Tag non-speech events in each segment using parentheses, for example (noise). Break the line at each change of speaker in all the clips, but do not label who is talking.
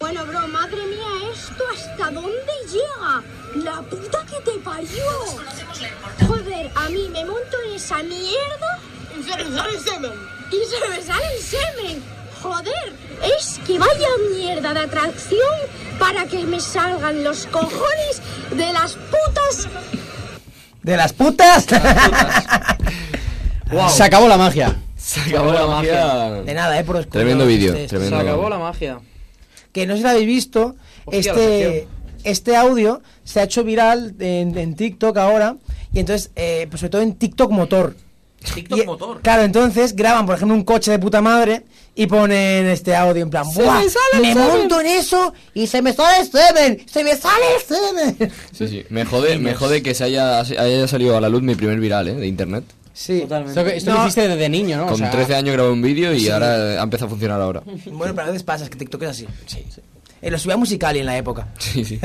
Bueno, bro, madre mía, ¿esto hasta dónde llega? La puta que te parió.
Conocemos la importancia.
Joder, a mí me monto en esa mierda
Y se me sale semen.
y se me sale el semen. Joder, es que vaya mierda de atracción para que me salgan los cojones de las putas.
¿De las putas? (laughs)
Wow.
Se acabó la magia.
Se acabó la magia.
De nada, eh, por escuchar
Tremendo
los
vídeo,
chistes.
Se
tremendo.
acabó la magia.
Que no sé si lo habéis visto,
Hostia, la
este,
sección.
este audio se ha hecho viral en, en TikTok ahora. Y entonces, eh, pues sobre todo en TikTok motor.
TikTok
Y- eh,
motor.
Claro, entonces graban, por ejemplo, un coche de puta madre y ponen este audio en plan, ¡buah!
me sale el
Me,
semen".
monto en eso y se me sale el semen, se me sale el semen.
Sí, sí. Me jode, me jode que se haya, haya salido a la luz mi primer viral, ¿eh? De internet.
Sí.
Totalmente.
Esto
Esto
que-
No.
desde niño, ¿no?
O
Con
sea-
13 años grabé un vídeo y ahora eh, empieza a funcionar ahora.
Bueno, pero a veces pasa, es que TikTok es así. Sí. Eh, lo subía musical y en la época. (laughs)
Sí, sí.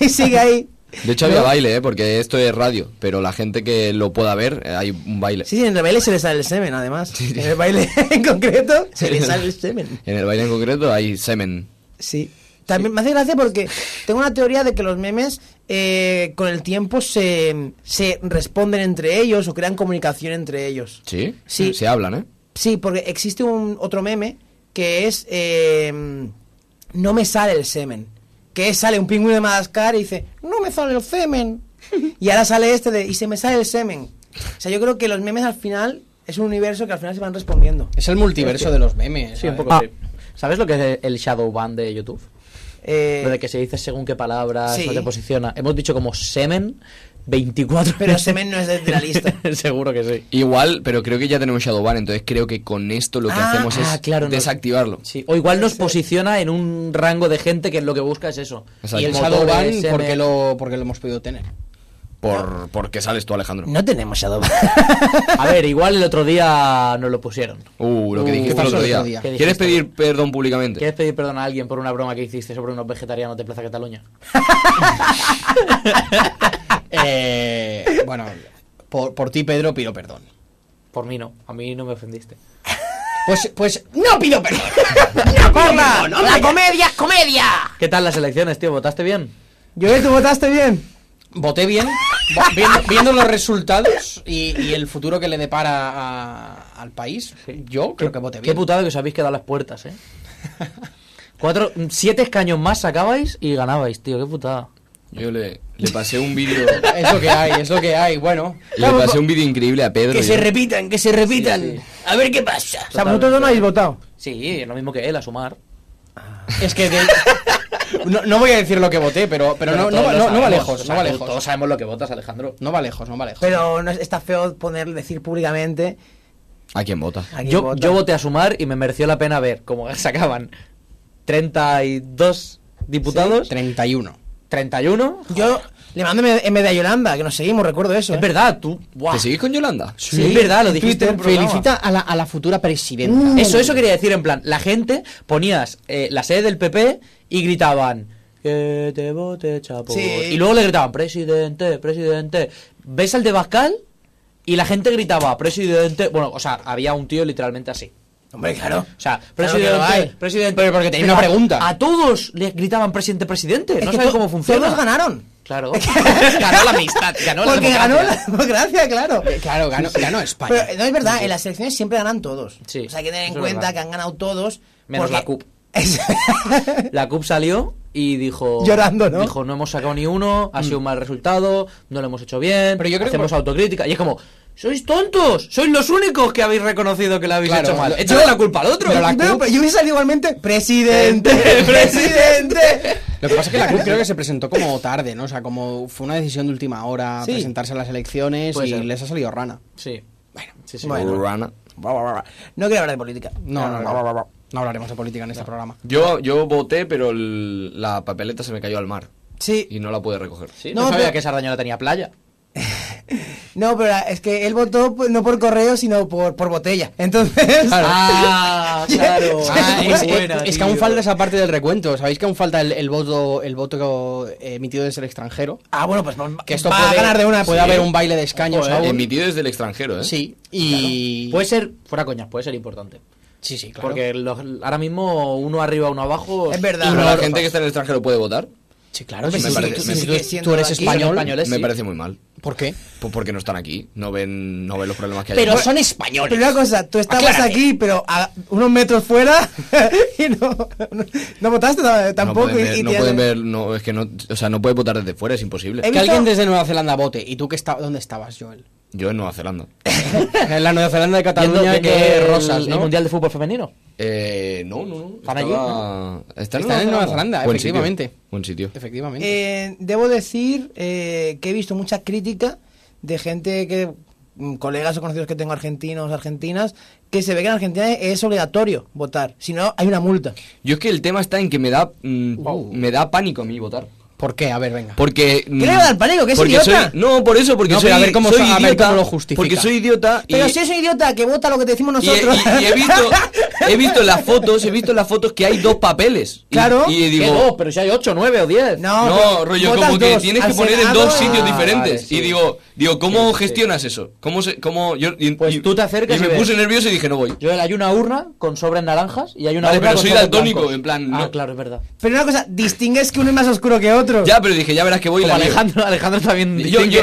y sigue ahí.
De hecho había
No.
baile, ¿eh? Porque esto es radio, pero la gente que lo pueda ver, eh, hay un baile.
Sí, sí, en el baile se le sale el semen, además. En el baile (laughs) en concreto se le
Sí. (laughs)
sale el semen.
En el baile en concreto hay semen.
Sí. También me hace gracia porque tengo una teoría de que los memes eh, con el tiempo se, se responden entre ellos o crean comunicación entre ellos.
¿Sí?
Sí.
Se hablan, ¿eh?
Sí, porque existe un otro meme que es eh, no me sale el semen. Que es, sale un pingüino de Madagascar y dice, no me sale el
(laughs)
semen. Y ahora sale este de, y se me sale el semen. O sea, yo creo que los memes al final es un universo que al final se van respondiendo.
Es el multiverso de los memes.
Sí, un
¿sabes?
poco sí. ¿Sabes lo que es el shadow ban de YouTube?
Eh,
Lo de que se dice según qué palabras,
sí.
no te posiciona. Hemos dicho como semen 24
Pero
(laughs)
veces.
semen no es de la lista.
(laughs) Seguro que sí.
Igual, pero creo que ya tenemos Shadowban, entonces creo que con esto lo que
Ah,
hacemos es
ah, claro, no.
desactivarlo.
Sí, O igual nos posiciona en un rango de gente que lo que busca es eso.
Exacto.
Y el
motor
Shadowban,
es
¿por qué
semen.
lo, (laughs) porque lo hemos podido tener?
Por, ¿Por qué sales tú, Alejandro?
no tenemos
(laughs)
Shadow.
A ver, igual el otro día nos lo pusieron.
Uh, lo que
Uh,
dijiste
¿qué
el
pasó
otro
el
día.
otro día?
¿Qué
¿Quieres
dijiste?
pedir perdón públicamente?
¿Quieres pedir perdón a alguien por una broma que hiciste sobre unos vegetarianos de Plaza Cataluña?
Eh, bueno, por, por ti, Pedro, pido perdón.
Por mí no, a mí no me ofendiste.
Pues, pues no pido perdón. ¡No, perdón!
¡La comedia es comedia!
¿Qué tal las elecciones, tío? ¿Votaste bien?
Joel, ¿eh? ¿tú votaste bien?
Voté bien, vo- viendo, viendo los resultados y, y el futuro que le depara a- al país. Yo creo que voté
Qué
bien.
putada que os habéis quedado a las puertas,
(laughs)
eh. Cuatro, siete escaños más sacabais y ganabais, tío, qué putada.
Yo le, le pasé un vídeo.
Es lo que hay, es lo que hay. Bueno,
le pasé un vídeo increíble a Pedro.
Que
y-
se repitan, que se repitan. A ver qué pasa. O sea, vosotros no habéis votado.
Sí, es lo mismo que él, a sumar.
es que. de- no, no voy a decir lo que voté, pero, pero, no, no, va- no- no va lejos. no va lejos.
Todos sabemos lo que votas, Alejandro.
No va lejos, no va lejos.
Pero no, es- está feo poner, decir públicamente
¿A quién vota?
a quién
Yo,
vota.
yo voté a sumar y me mereció la pena ver cómo (laughs) sacaban 32 diputados,
31.
31.
Yo le mando MD a Yolanda, que nos seguimos, recuerdo eso.
Es
¿eh?
verdad, tú. guau.
¿Te seguís con Yolanda?
Sí, es verdad, lo
En
dijiste
Twitter,
en un programa. Mm.
felicita a la, a la futura presidenta.
Mm.
Eso, eso quería decir, en plan, la gente ponías eh, la sede del PP y gritaban que te vote chapo.
Sí.
Y luego le gritaban, presidente, presidente. ¿Ves al de Bascal? Y la gente gritaba, presidente. Bueno, o sea, había un tío literalmente así.
Hombre, claro.
O sea,
Claro que
presidente,
lo hay.
presidente.
Pero porque tenía una
a-
pregunta.
A todos les gritaban presidente, presidente.
Es
No
que
sabes
to-
cómo funciona.
Todos ganaron. (laughs)
Claro.
ganó la amistad, ganó la
Porque ganó la (laughs)
democracia.
democracia, claro.
Claro, ganó, ganó España.
Pero eh, no es verdad, en las elecciones siempre ganan todos.
Sí,
o sea, hay que tener en
eso es
cuenta
verdad.
que han ganado todos.
Menos la CUP. La CUP salió y dijo.
Llorando, ¿no?
Dijo, no hemos sacado ni uno, ha
Mm.
sido un mal resultado, no lo hemos hecho bien,
Pero yo creo que
hacemos
por-
autocrítica. Y es como, ¡sois tontos! ¡Sois los únicos que habéis reconocido que lo habéis
Claro,
hecho mal!
lo-
¡Échale la culpa al otro!
Pero la
Pero,
CUP
pero yo hubiese salido igualmente. Presidente, presidente.
Lo que pasa es que la CUP creo que se presentó como tarde, ¿no? O sea, como fue una decisión de última hora
Sí.
presentarse a las elecciones
Puede
y
ser.
les ha salido rana.
Sí. Bueno, sí, sí.
Rana.
No quiero hablar de política.
No, no, no, no, no hablaremos de política en este programa.
Yo, yo voté, pero el- la papeleta se me cayó al mar.
Sí,
Y no la pude recoger.
Sí, no,
No,
sabía
pero-
que Sardañola tenía playa.
no, pero la- es que él votó pues, no por correo, sino por, por botella. Entonces. (laughs)
(laughs)
¡Ah! ¡Claro!
Ah,
muy
es, es-
buena,
es que aún
tío.
falta esa parte del recuento. ¿Sabéis que aún falta el, el voto el voto eh, emitido desde el extranjero? Este
Ah, bueno, pues
Que esto
va
puede,
a ganar de una.
puede
sí.
haber un baile de escaños
Ojo, eh.
aún.
Emitido desde el extranjero, ¿eh?
Sí, y...
Puede ser, fuera coñas, puede ser importante.
Sí, sí, claro.
Porque los- ahora mismo uno arriba, uno abajo.
Es verdad.
Pero
no,
la
no,
gente que está en el extranjero puede votar.
Sí, claro.
Hombre,
sí,
me
sí,
parece- me
tú- sí,
parece-
tú eres-
siendo
tú eres
aquí-
español.
españoles,
me
sí.
parece muy mal.
¿Por qué?
Pues porque no están aquí, no ven, no ven los problemas que hay.
Pero
aquí.
son españoles.
Pero una cosa, tú estabas
Aclárate.
aquí, pero a unos metros fuera (laughs) y no, no, no votaste ta- tampoco.
no pueden ver,
y, y
no
tienes-
pueden ver, no, es que no, o sea, no puedes votar desde fuera, es imposible.
He
Que
visto-
alguien desde Nueva Zelanda vote. ¿Y tú que está, dónde estabas,
(laughs)
Joel?
Yo en Nueva Zelanda.
En la Nueva Zelanda de
Viendo-
Cataluña
viendo
que
el-
rosas, ¿no?
El mundial de fútbol femenino.
Eh, no, no, no.
¿Están allí?
estaba- Están
Están en Nueva Zelanda,
Buen
efectivamente.
sitio, Buen sitio.
Efectivamente.
Eh, debo decir eh, que he visto mucha crítica de gente que mm, colegas o conocidos que tengo argentinos, argentinas, que se ve que en Argentina es obligatorio votar, si no hay una multa.
Yo es que el tema está en que me da, mm,
Wow.
me da pánico a mí votar.
¿Por qué? A ver, venga.
Porque. mm,
¿Qué le va a dar pánico? ¿Que es
porque
idiota?
soy- no, por eso, porque
No,
soy,
pero a ver cómo-
soy
a ver
idiota.
cómo lo justifica.
Porque soy idiota y.
Pero si es un idiota que vota lo que te decimos
y he,
nosotros.
y- y he visto he visto en las fotos he visto en las fotos que hay dos papeles Y-
Claro.
y,
¿Qué? No,
digo
pero si hay 8, 9 o 10.
no,
no
pero
rollo
votas
como que
dos,
tienes
al
que poner en
Senado
dos
y-
sitios
Ah,
diferentes
vale, sí.
y digo digo cómo gestionas eso cómo se, cómo yo y-
Pues
y-
tú te acercas
y me
y ves.
puse nervioso y dije no voy
Yo, hay una urna con sobres naranjas y hay una
Vale,
urna
pero
con
soy
sobres
daltónico,
blancos.
en plan,
Ah,
no.
claro, es verdad.
(laughs) Pero una cosa, distingues que uno es más oscuro que otro.
ya pero dije ya verás que voy y
Como
la lío.
Alejandro, Alejandro también
yo,
distingue.
yo,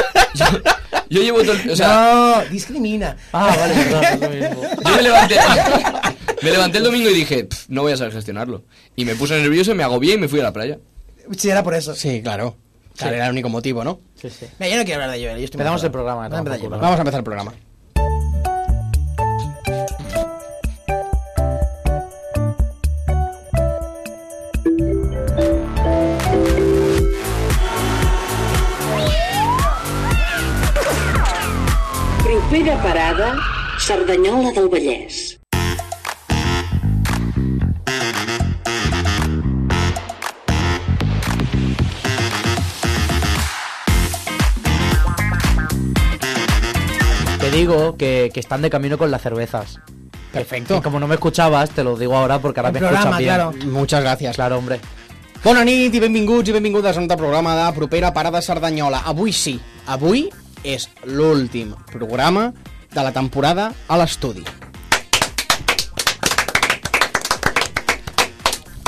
(laughs) yo, yo llevo todo el- o sea
no, discrimina.
(laughs) Ah, vale, verdad, es lo mismo.
yo me levanté (laughs) me levanté el domingo y dije "Pff, no voy a saber gestionarlo y me puse nervioso me agobié y me fui a la playa
Si era por eso.
Sí, claro. Claro, era el único motivo, ¿no?
Sí, sí.
Mira, yo no quiero hablar de Joel. Yo estoy
Empezamos
muy enfadado.
el programa,
Vamos a empezar
tampoco,
Joel.
¿no?
Vamos a empezar el programa.
Propera parada, Cerdanyola del Vallès.
Te digo que, que están de camino con las cervezas.
Perfecto.
Y como no me escuchabas, te lo digo ahora porque ahora
El
me
programa,
escuchas bien.
claro.
Muchas gràcies.
Claro, hombre.
Bona nit i benvinguts i benvingudes a un altre programa de propera parada Cerdanyola. Avui sí, avui és l'últim programa de la temporada a l'estudi.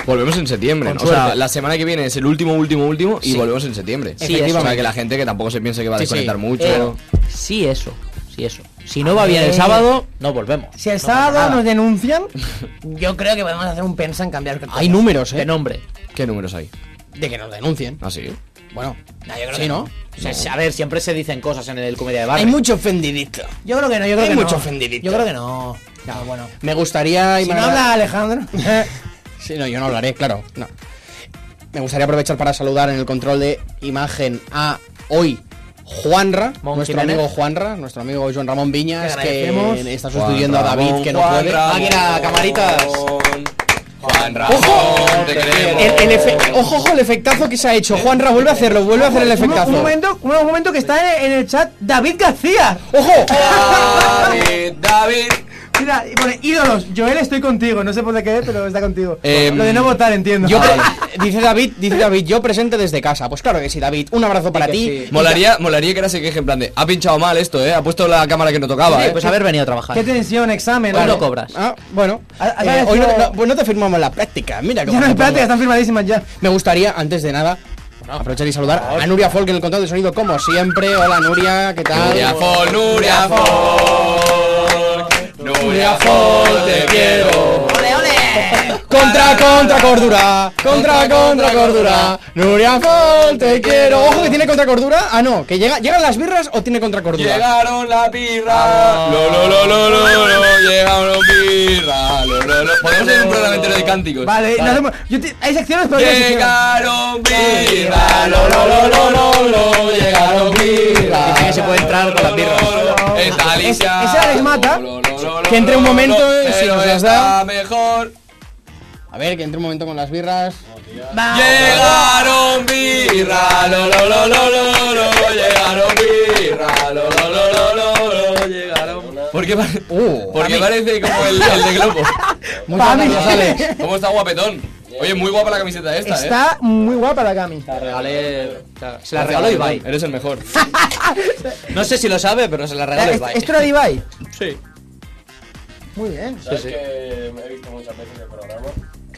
Volvemos en septiembre.
Con
¿no? O sea,
suerte.
la semana que viene es el último, último, último y
Sí.
volvemos en septiembre.
Sí,
o sea,
efectivamente.
que la gente que tampoco se piense que va a
Sí, sí.
desconectar mucho.
Eh, sí, eso. Sí, eso. Si no va
A
bien el
ver.
sábado, no volvemos.
Si el
No pasa
sábado
nada.
nos denuncian,
(laughs)
yo creo que podemos hacer un pensa en cambiar. el
Hay números,
De
eh?
nombre.
¿Qué números hay?
De que nos denuncien.
Ah, sí.
Bueno,
No, yo creo
sí,
que
¿no?
no.
O sea, A ver, siempre se dicen cosas en el comedia de
Hay
barrio.
mucho ofendidito.
Yo creo que no, yo creo
Hay
que
mucho
no.
ofendidito.
Yo creo que no. No, bueno.
Me gustaría... y
Si
me
no
agrada-
habla Alejandro.
(laughs)
eh,
Sí, no, yo no hablaré, claro. No. Me gustaría aprovechar para saludar en el control de imagen a hoy Juanra,
Mon
nuestro
Jiménez.
amigo Juanra, nuestro amigo Joan Ramón Viñas,
Te
que
agradecemos.
está sustituyendo a David, que no puede. Máquina, camaritas.
Juan Ramón,
¡Ojo!
te queremos.
El- el efe- ojo, ojo, el efectazo que se ha hecho. Juanra, vuelve a hacerlo, vuelve a hacer el
un, mo-
efectazo.
un momento, un momento que está en, en el chat David García.
¡Ojo!
David, David.
(laughs) Mira, y pone ídolos. Joel, estoy contigo. No sé por qué, pero está contigo.
Em,
Lo de no votar, entiendo.
Eh, Yo pre- dice David, dice David, yo presente desde casa. Pues claro que sí, David. Un abrazo para ti.
Molaría, molaría que ahora se queje en plan de ha pinchado mal esto, eh. Ha puesto la cámara que no tocaba,
Sí,
eh.
pues haber venido a trabajar.
Qué tensión, examen.
Hoy no
Vale.
cobras.
Ah, bueno.
Ha- ha
Eh,
parecido-
hoy no, no- pues no te firmamos la práctica. Mira cómo
Ya no
te
hay pláticas,
pongo.
están firmadísimas ya.
Me gustaría, antes de nada, aprovechar y saludar a Nuria Folk en el control de sonido, como siempre. Hola Nuria, ¿qué tal?
Nuria Fol, Nuria Fol. Nuria Fol, te quiero.
Contra, contra, cordura. Contra, contra, cordura. Nuria Folk, te quiero. Ojo que tiene contra cordura. Ah, no, que llega, llegan las birras o tiene contra cordura.
Llegaron la birra. Lo, lo, lo, lo, lo, lo. Llegaron birra. Lo, lo, lo. Podemos hacer un programa entero de cánticos.
Vale, nos hacemos- yo te- hay secciones, pero hay secciones.
Llegaron birra, lo, lo, lo, lo, lo, lo, llegaron birra.
Dice que se puede entrar con las birras.
Está Alicia.
Es- esa les mata.
Lo, lo, lo, lo,
Que entre un
lo, lo,
momento,
lo,
eh, si
pero
nos las
está
da.
mejor.
A ver, que entre un momento con las birras.
Llegaron birra, lo, lo, lo, lo, lo, lo, llegaron birra, lo, lo, lo, lo, lo, lo, llegaron. ¿Por qué, pare-
Uh,
porque parece como el, el de Globo?
Muchas
Pami.
gracias, Alex.
¿Cómo está guapetón? Oye, muy guapa la camiseta esta, ¿eh?
Está muy guapa la Cami.
Regalé- Se la regaló Ibai.
Eres el mejor.
No sé si lo sabe, pero se la regaló
Eh, ¿est-
Ibai.
¿Esto era de Ibai?
Sí.
Muy bien.
¿Sabes
sí.
que me he visto muchas veces el programa?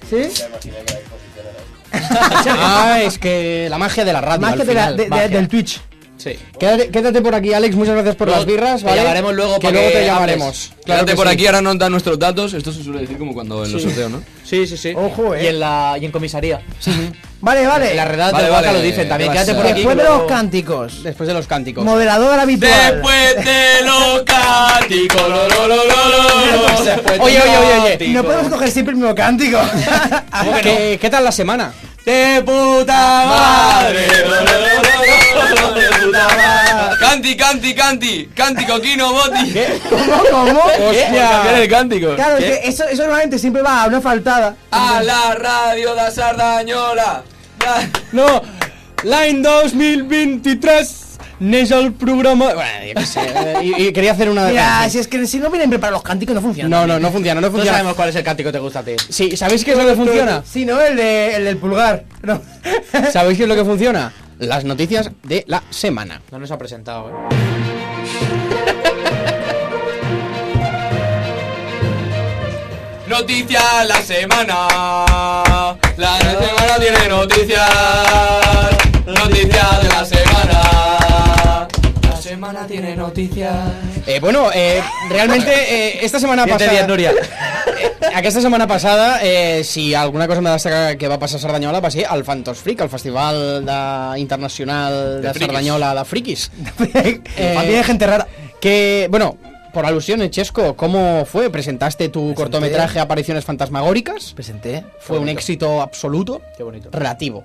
¿Sí?
Ya imaginé que la exposición era así.
(laughs)
Ah, es que la magia de la radio.
Más que
al
de la-
final,
de- de-
magia.
del Twitch.
Sí.
Quédate, quédate por aquí, Alex. Muchas gracias por
Luego
las birras.
te
¿vale?
llamaremos luego
que
para
luego
que
te
hables.
llamaremos.
Claro
que
por
sí.
aquí, ahora nos dan nuestros datos. Esto se suele decir como cuando en los sorteos, ¿no?
Sí, sí, sí.
Ojo, eh.
Y en, la, y en comisaría.
Vale, vale.
En la redada
Vale,
de Vaca
vale,
lo dicen también.
vas
Quédate
a-
por aquí.
Después
que
de los
luego-
cánticos.
Después de los cánticos.
Moderador habitual.
Después de los cánticos, lo, lo, lo, lo, lo, después de
Oye, oye, oye, oye.
No
los
podemos coger siempre el mismo
(laughs)
cántico.
¿Qué, ¿Qué tal la semana?
¡De puta
Madre, lo, lo, lo, lo, lo, lo, de puta madre. Canti, canti, canti, canti, coquino, boti.
¿Cómo, cómo?
Cambiar el cántico.
Claro, es que eso, eso normalmente siempre va a una faltada.
A la radio da Sardañola. Da-
No, Line 2023 no es el programa. Bueno, yo qué sé. eh, Y, y quería hacer una.
(laughs) Mira, si es que si no vienen preparados los cánticos no funciona.
No, no, no funciona, no
No
funciona.
sabemos cuál es el cántico que te gusta a ti.
Sí, ¿sabéis qué es lo que funciona?
Sí, no, el, de, el del pulgar. No. (laughs)
¿Sabéis qué es lo que funciona? Las noticias de la semana.
No nos ha presentado, eh.
Noticia la semana. La semana tiene noticias. Noticias de la semana. La semana tiene noticias.
Eh, bueno, eh, realmente eh, esta semana
Siete
pasada.
días, (laughs) Nuria.
Eh, aquesta setmana passada, eh, si alguna cosa m'ha destacat que va passar a Cerdanyola va ser el Fantos Freak, el festival de, internacional de,
De friquis.
Cerdanyola de frikis.
Eh, Había gente rara.
Que, bueno, por alusiones, Chesco, ¿cómo fue? ¿Presentaste tu cortometraje Apariciones Fantasmagóricas?
Presenté.
Fue un éxito absoluto.
Qué bonito.
Relativo.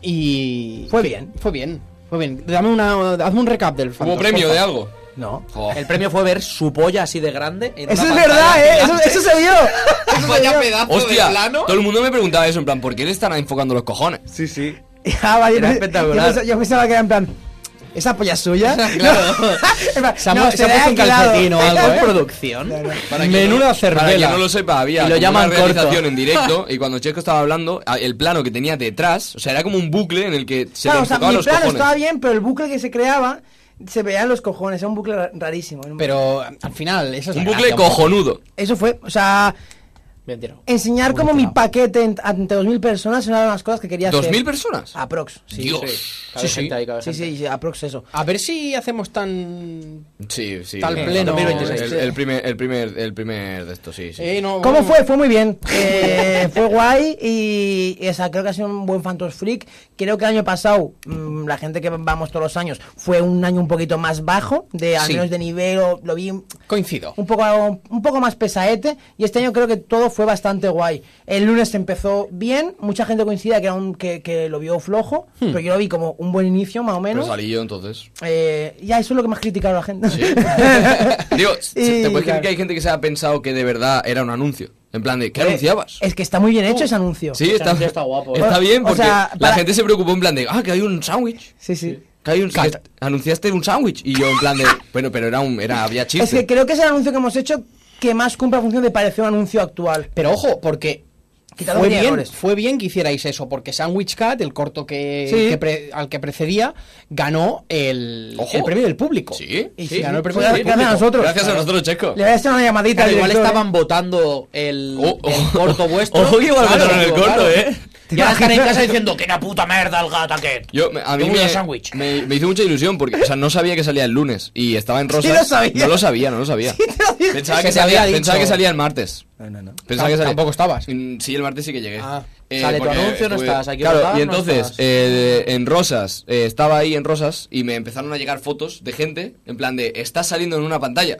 Y...
Fue bien.
Fue bien. Fue bien. Dame una, hazme un recap del Fantos.
¿Hubo premio
porfa.
de algo?
No.
Jo.
El premio fue ver su polla así de grande. en
Eso
una
es
pantalla
verdad, eh. Eso,
gigante.
eso se
(laughs)
vio. (laughs) Eso se vio.
Hostia, todo el mundo me preguntaba eso, en plan, ¿por qué le están enfocando los cojones?
Sí, sí.
Ah, vale,
Era
yo-
espectacular.
Yo pensaba, yo pensaba que era en plan. ¿Esa polla es
(laughs)
suya?
Claro.
(laughs) En plan,
Se ha,
no,
pu- se
será
ha puesto un
alquilado. (laughs)
calcetín o algo,
¿Es
¿eh?
producción?
Menuda
Para quien
cervela.
no lo sepa, había
Y lo
como
llaman
una
corto.
realización en directo
(laughs)
y cuando Checo estaba hablando, a- el plano que tenía detrás, o sea, era como un bucle en el que se
claro,
le
o sea,
enfocaban
mi
los
plano
cojones.
estaba bien, pero el bucle que se creaba se veían los cojones. Era un bucle ra- rarísimo.
Pero al final, esa es la
Un
Ah,
bucle
gracia, Eh,
cojonudo.
Eso fue, o sea,
Bien tirado.
enseñar
Muy
como mi
tirado.
paquete en- ante 2.000 personas era una de las cosas que quería hacer.
¿Dos mil personas?
Aprox, sí.
Dios.
Cabe gente ahí, cabe
Sí,
gente.
sí, sí, aprox eso.
A ver si hacemos tan.
Sí, sí.
Tal
eh,
pleno.
2026.
El, el primer, el, primer, el primer de estos, sí, sí.
Eh, no,
¿Cómo
bueno.
fue? Fue muy bien. Eh, fue guay y, y, o sea, creo que ha sido un buen Phantom Freak. Creo que el año pasado, mm, la gente que vamos todos los años, fue un año un poquito más bajo, de al
Sí.
menos de nivel, o- lo vi un
Coincido.
poco, un poco más pesaete. Y este año creo que todo fue bastante guay. El lunes empezó bien, mucha gente coincida que, era un- que, que lo vio flojo, pero yo lo vi como un buen inicio, más o
Pero
menos.
salí yo
(laughs)
entonces.
Eh, ya, eso es lo que más criticaron la gente.
Digo,
Y,
¿te puedes creer
claro.
que hay gente que se ha pensado que de verdad era un anuncio? En plan
(laughs)
de, ¿qué anunciabas?
Eh, Es que está muy bien hecho ese anuncio.
Sí, está,
anuncio está guapo, ¿eh?
está bien
O
porque
sea, para-
la gente se preocupó en plan de, ah, que hay un sándwich.
sí. sí.
Que hay un, que anunciaste un sándwich. Y yo en plan de, (laughs) bueno, pero era un, era, había chiste.
Es que creo que es el anuncio que hemos hecho que más cumple la función de parecer un anuncio actual.
Pero ojo, porque.
Quitando
Fue
que tenía
bien,
errores.
fue bien que hicierais eso, porque Sandwich Cat, el corto que,
Sí.
que pre- al que precedía, ganó el,
Ojo.
el premio del público.
Sí.
Y
sí,
sí,
ganó el premio
fue
del
gracias a
público.
nosotros.
Gracias a nosotros, Checo.
Le voy a hacer una llamadita
Claro,
al
igual
director,
estaban votando el,
Oh, oh.
el corto vuestro.
Ojo que igual votaron el
digo,
corto, ¿eh?
Y ahora están en casa diciendo que era puta merda el gato que.
Yo, me- a mí
Tengo
me,
un sándwich.
me, me hizo mucha ilusión porque, o sea, no sabía que salía el lunes y estaba en Rosas.
(laughs) Sí lo sabía.
No lo sabía, no
(laughs)
lo sabía.
¿eh? Te lo dije.
Pensaba,
Se
que
te había
salía,
dicho.
pensaba que salía el martes.
No, no, no.
Pensaba que salía.
Tampoco estabas.
Mm, Sí, el martes sí que llegué. Eh,
Ah.
Sale tu
porque
anuncio, no
estuve-
estás, hay que
Claro,
votar,
y
no
entonces,
estás.
eh, en Rosas, eh, estaba ahí en Rosas y me empezaron a llegar fotos de gente en plan de, estás saliendo en una pantalla.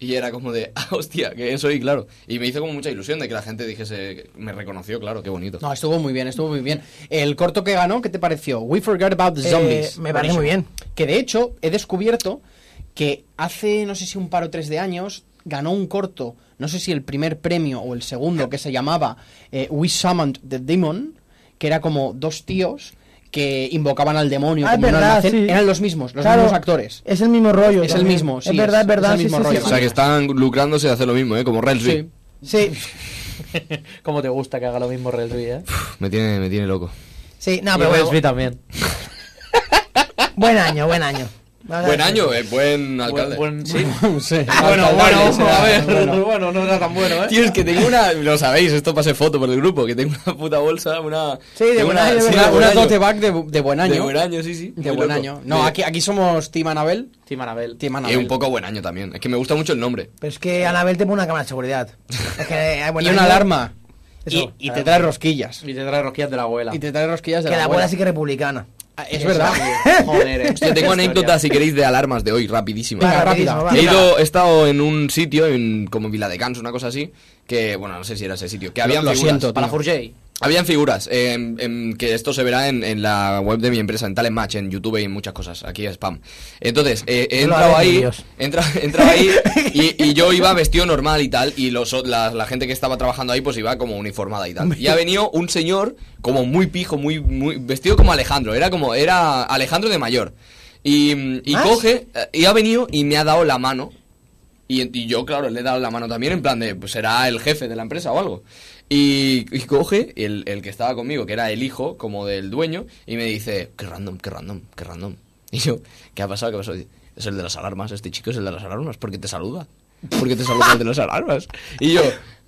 Y era como de, ah, hostia, que eso y claro. Y me hizo como mucha ilusión de que la gente dijese, me reconoció, claro, qué bonito.
No, estuvo muy bien, estuvo muy bien. El corto que ganó, ¿qué te pareció? We Forgot About the
Eh,
Zombies.
me parece muy bien.
Que de hecho, he descubierto que hace, no sé si un par o tres de años, ganó un corto, no sé si el primer premio o el segundo, que se llamaba eh, We Summoned the Demon, que era como dos tíos que invocaban al demonio
Ah, es
como en un
verdad,
almacén.
sí.
Eran los mismos, los
Claro,
mismos actores.
Es el mismo rollo.
Es el
también.
mismo, sí,
Es verdad,
es-
es verdad.
es el
sí,
mismo
sí,
rollo.
sí,
o sea, que están lucrándose de hacer lo mismo, ¿eh? Como Relsby.
Sí. (laughs)
Sí,
(laughs) Cómo te gusta que haga lo mismo Real Tui, eh.
Me tiene, me tiene loco.
sí, no,
Ah,
pero
pero
bueno,
también.
buen año, buen año. Vale.
Buen año, eh, buen alcalde.
Buen- sí.
Sí.
Bueno, bueno,
Alcalde, será,
a ver.
bueno.
Bueno. no era tan bueno, ¿eh?
(laughs) Tío, es que tengo una. Lo sabéis, esto pase foto por el grupo, que tengo una puta bolsa, una.
Sí, de
tengo
buen año, de
sí,
verdad.
Una,
de buen
una
año.
tote bag de, bu- de buen año.
De buen año, sí, sí.
De
muy
buen
loco.
año. No,
De-
aquí, aquí somos Team Anabel.
Sí, Marabel.
Team
Y
Anabel.
un poco buen año también. Es que me gusta mucho el
(laughs)
nombre.
Pero es que Anabel te pone una cámara de seguridad. Es que hay buen
Y una
año,
alarma.
Eso,
y, y te
alarma.
trae rosquillas.
Y te trae rosquillas de la abuela.
Y te trae rosquillas
Que
de
la abuela sí que es republicana.
Ah, Es verdad.
Joder, eh.
Yo tengo anécdotas, si queréis, de alarmas de hoy, rapidísimo.
Venga,
Vale,
rápida.
rapidísimo, va.
He ido, he estado en un sitio, en, como en Vila de Cans, una cosa así, que, bueno, no sé si era ese sitio, que había
lo
figuras.
siento, tío.
Para Furjay.
Habían figuras, eh, en- en- que esto se verá en, en la web de mi empresa, en Talent Match, en YouTube y en muchas cosas, aquí es spam. Entonces, eh, he
No lo
entrado
hagas,
ahí,
Dios.
he entra- (laughs) he entrado ahí y, y
(laughs)
yo iba vestido normal y tal, y los, o- la, la gente que estaba trabajando ahí pues iba como uniformada y tal. Y ha venido un señor como muy pijo, muy, muy vestido como Alejandro, era como, era Alejandro de mayor. Y, mm, y
¿Más?
coge, eh, y ha venido y me ha dado la mano y, y yo, claro, le he dado la mano también en plan de, pues será el jefe de la empresa o algo. Y, y coge el, el que estaba conmigo, que era el hijo, como del dueño, y me dice, qué random, qué random, qué random. Y yo, ¿qué ha pasado? ¿Qué ha pasado? Dice, Es el de las alarmas, este chico es el de las alarmas, porque te saluda. Porque te saluda el de las alarmas. Y yo,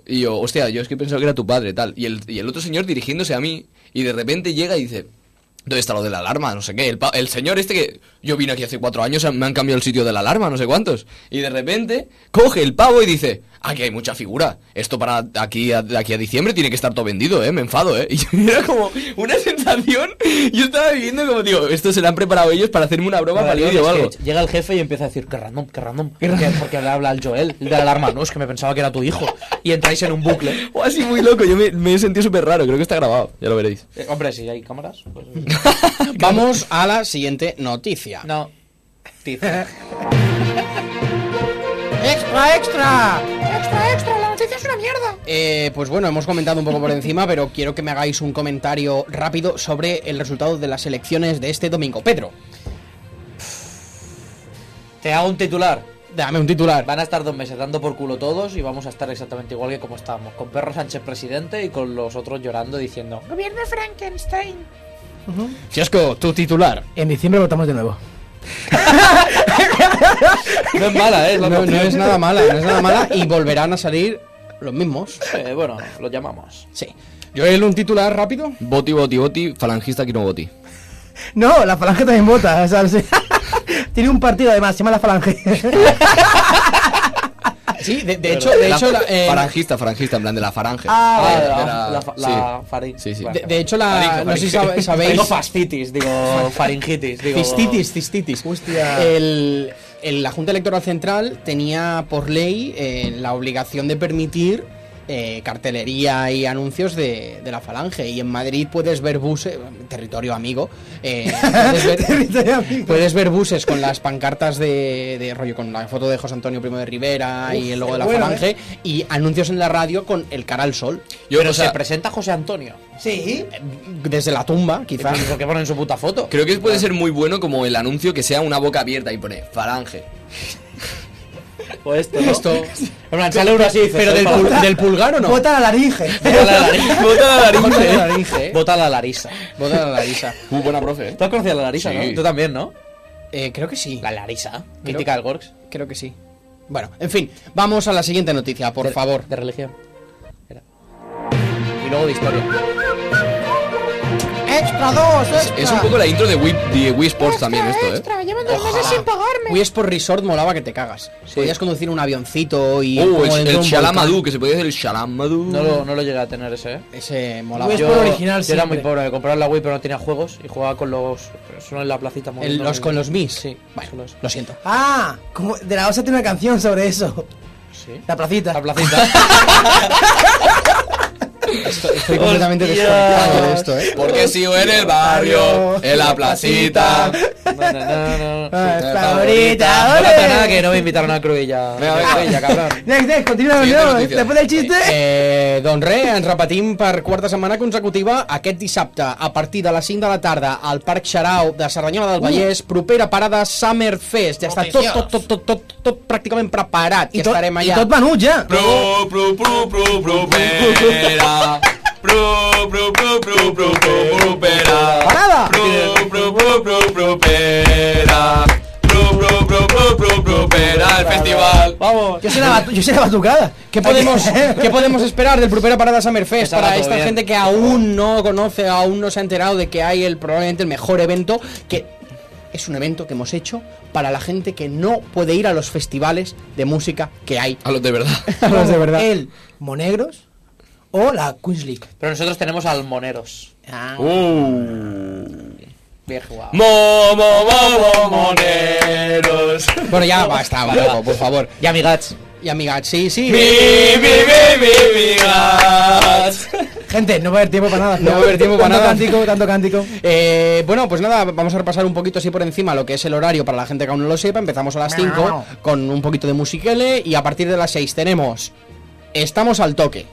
y yo, hostia, yo es que pensaba que era tu padre, tal. Y el, y el otro señor dirigiéndose a mí, y de repente llega y dice, ¿Dónde está lo de la alarma? No sé qué. El, pa- el señor este que yo vine aquí hace cuatro años, me han cambiado el sitio de la alarma, no sé cuántos. Y de repente coge el pavo y dice, aquí hay mucha figura. Esto para aquí a, de aquí a diciembre tiene que estar todo vendido, ¿eh? Me enfado, ¿eh? (laughs) Y era como una sensación. Yo estaba viviendo como, digo, esto se lo han preparado ellos para hacerme una broma para el vídeo o algo. (laughs)
Llega el jefe y empieza a decir, qué random, qué random. Porque, porque le habla al Joel, el de la alarma. No, es que me pensaba que era tu hijo. Y entráis en un
(laughs)
bucle.
O así muy loco, yo me, me he sentido súper raro, creo que está grabado, ya lo veréis.
Eh, hombre, si hay cámaras. Pues...
(laughs) Vamos a la siguiente noticia.
(laughs) No. Tiz.
¡Extra, extra!
Eh, pues bueno, hemos comentado un poco por encima, pero quiero que me hagáis un comentario rápido sobre el resultado de las elecciones de este domingo. Pedro,
Te hago un titular.
dame un titular.
Van a estar dos meses dando por culo todos y vamos a estar exactamente igual que como estábamos. Con Perro Sánchez presidente y con los otros llorando diciendo...
Chesco, tu titular.
En diciembre votamos de nuevo.
No es mala, ¿eh?
No, no es nada mala, no es nada mala y volverán a salir los mismos.
Eh, bueno, lo llamamos.
Sí. Joel, un titular rápido.
Boti, boti, boti, falangista, quiero boti.
No, la falange también vota. o sea, no sé. (laughs) Tiene un partido además, se llama la falange.
Sí, de, de hecho, de
La-
hecho, la, eh,
farangista, farangista, en plan de la farange.
Ah,
(laughs) Ah,
vale,
la,
de la-
la fa-
sí.
la faring-
Sí, sí.
bueno,
de, de hecho la,
Faringe,
Ah, no sé si
faringe.
sabe- sabéis.
Digo fastitis, digo faringitis, digo...
Cistitis, cistitis.
Hostia.
El, el- la Junta Electoral Central tenía por ley eh, la obligación de permitir eh, cartelería y anuncios de, de la Falange. Y en Madrid puedes ver buses, territorio amigo, eh, puedes, ver,
(laughs) Territorio amigo.
puedes ver buses con las pancartas de, de rollo, con la foto de José Antonio Primo de Rivera y el logo de la
bueno, ¿eh?
Falange, y anuncios en la radio con el cara al sol.
Yo,
Pero
o sea,
se presenta José Antonio.
Sí.
Eh, Desde la tumba, quizás.
¿Por qué ponen su puta foto?
Creo que puede ser muy bueno como el anuncio que sea una boca abierta y pone falange.
O esto, ¿no?
Esto.
En plan, sale uno así y dice,
Pero
"Soy
del,
para-
pul- del pulgar o no?
(laughs) Vota la laringe.
Vota la Larisa.
Bota la nariz.
Vota la laringe, eh.
Vota la Larisa.
Vota la Larisa.
Muy buena profe, ¿eh?
¿Tú has conocido a la Larisa,
Sí.
no? Tú también, ¿no?
Eh, creo que sí.
La Larisa,
Creo-
crítica del Gorgs.
Creo que sí. Bueno, en fin, vamos a la siguiente noticia, por favor.
De religión. Era. Y luego de historia.
¡Extra dos!
Es,
Extra.
es un poco la intro de Wii, de Wii Sports también esto, ¿eh?
Wii Sport Resort molaba que te cagas. Podías conducir un avioncito y...
Oh,
como
es-
dentro de
el
un
Shalamadu,
volcán.
que se podía decir el Shalamadu.
No lo, no lo llegué a tener ese, ¿eh?
Ese molaba.
Wii
Yo-
Sport original
yo era
siempre.
muy pobre, me compraron la Wii pero no tenía juegos y jugaba con los... Solo en la placita
el-
moviendo
los,
el-
con los Mis.
Sí,
Bueno,
con los-
lo siento.
Ah, como de la OSA tiene una canción sobre eso.
Sí.
La placita.
La placita.
Estoy completamente desconectado de esto, ¿eh?
Porque si en el barrio, en la placita.
No, no, no, no, no.
Ah, es
No
favorita,
pasa nada que
ole.
no me invitaron a Cruilla.
Venga, venga.
Cruilla, cabrón.
Next, next, continua,
Siguiente
continua.
notícia.
Después del xiste.
Eh, doncs res, ens repetim per quarta setmana consecutiva aquest dissabte, a partir de les 5 de la tarda, al Parc Xarau de Cerdanyola
Uh.
del Vallès, propera parada Summer Fest. Ja està tot, tot, tot, tot, tot, tot pràcticament preparat.
I
Ja
tot,
estarem
i
allà.
tot venut ja.
Pro, pro, pro, pro, pro, pera. Pro, pro, pro, pro, pro, pro, pro, pera.
Parada.
Pro, pro, pro, pro, pro, pera. Pro,
batu- yo soy la batucada. (laughs)
¿Qué podemos, ¿Qué podemos esperar del Propera Parada Summerfest
Está
para
todo
esta
bien.
gente que aún no conoce, aún no se ha enterado de que hay el probablemente el mejor evento que es un evento que hemos hecho para la gente que no puede ir a los festivales de música que hay.
A los de verdad.
Los de verdad.
El Monegros o la Queens League.
Pero nosotros tenemos almoneros. Bien jugado.
Mo, mo, mo, mo, moneros.
Bueno, ya basta, un poco, por favor.
Y amigats.
Y amiga, sí, sí. eh,
Mi, mi, mi, mi, mi, gas.
Gente, no va a haber tiempo para nada.
No va a haber tiempo para
Tanto
nada.
Cántico, tanto cántico.
Eh, bueno, pues nada, vamos a repasar un poquito así por encima lo que es el horario para la gente que aún no lo sepa. Empezamos a las 5 con un poquito de musiquele y a partir de las 6 tenemos Estamos al toque.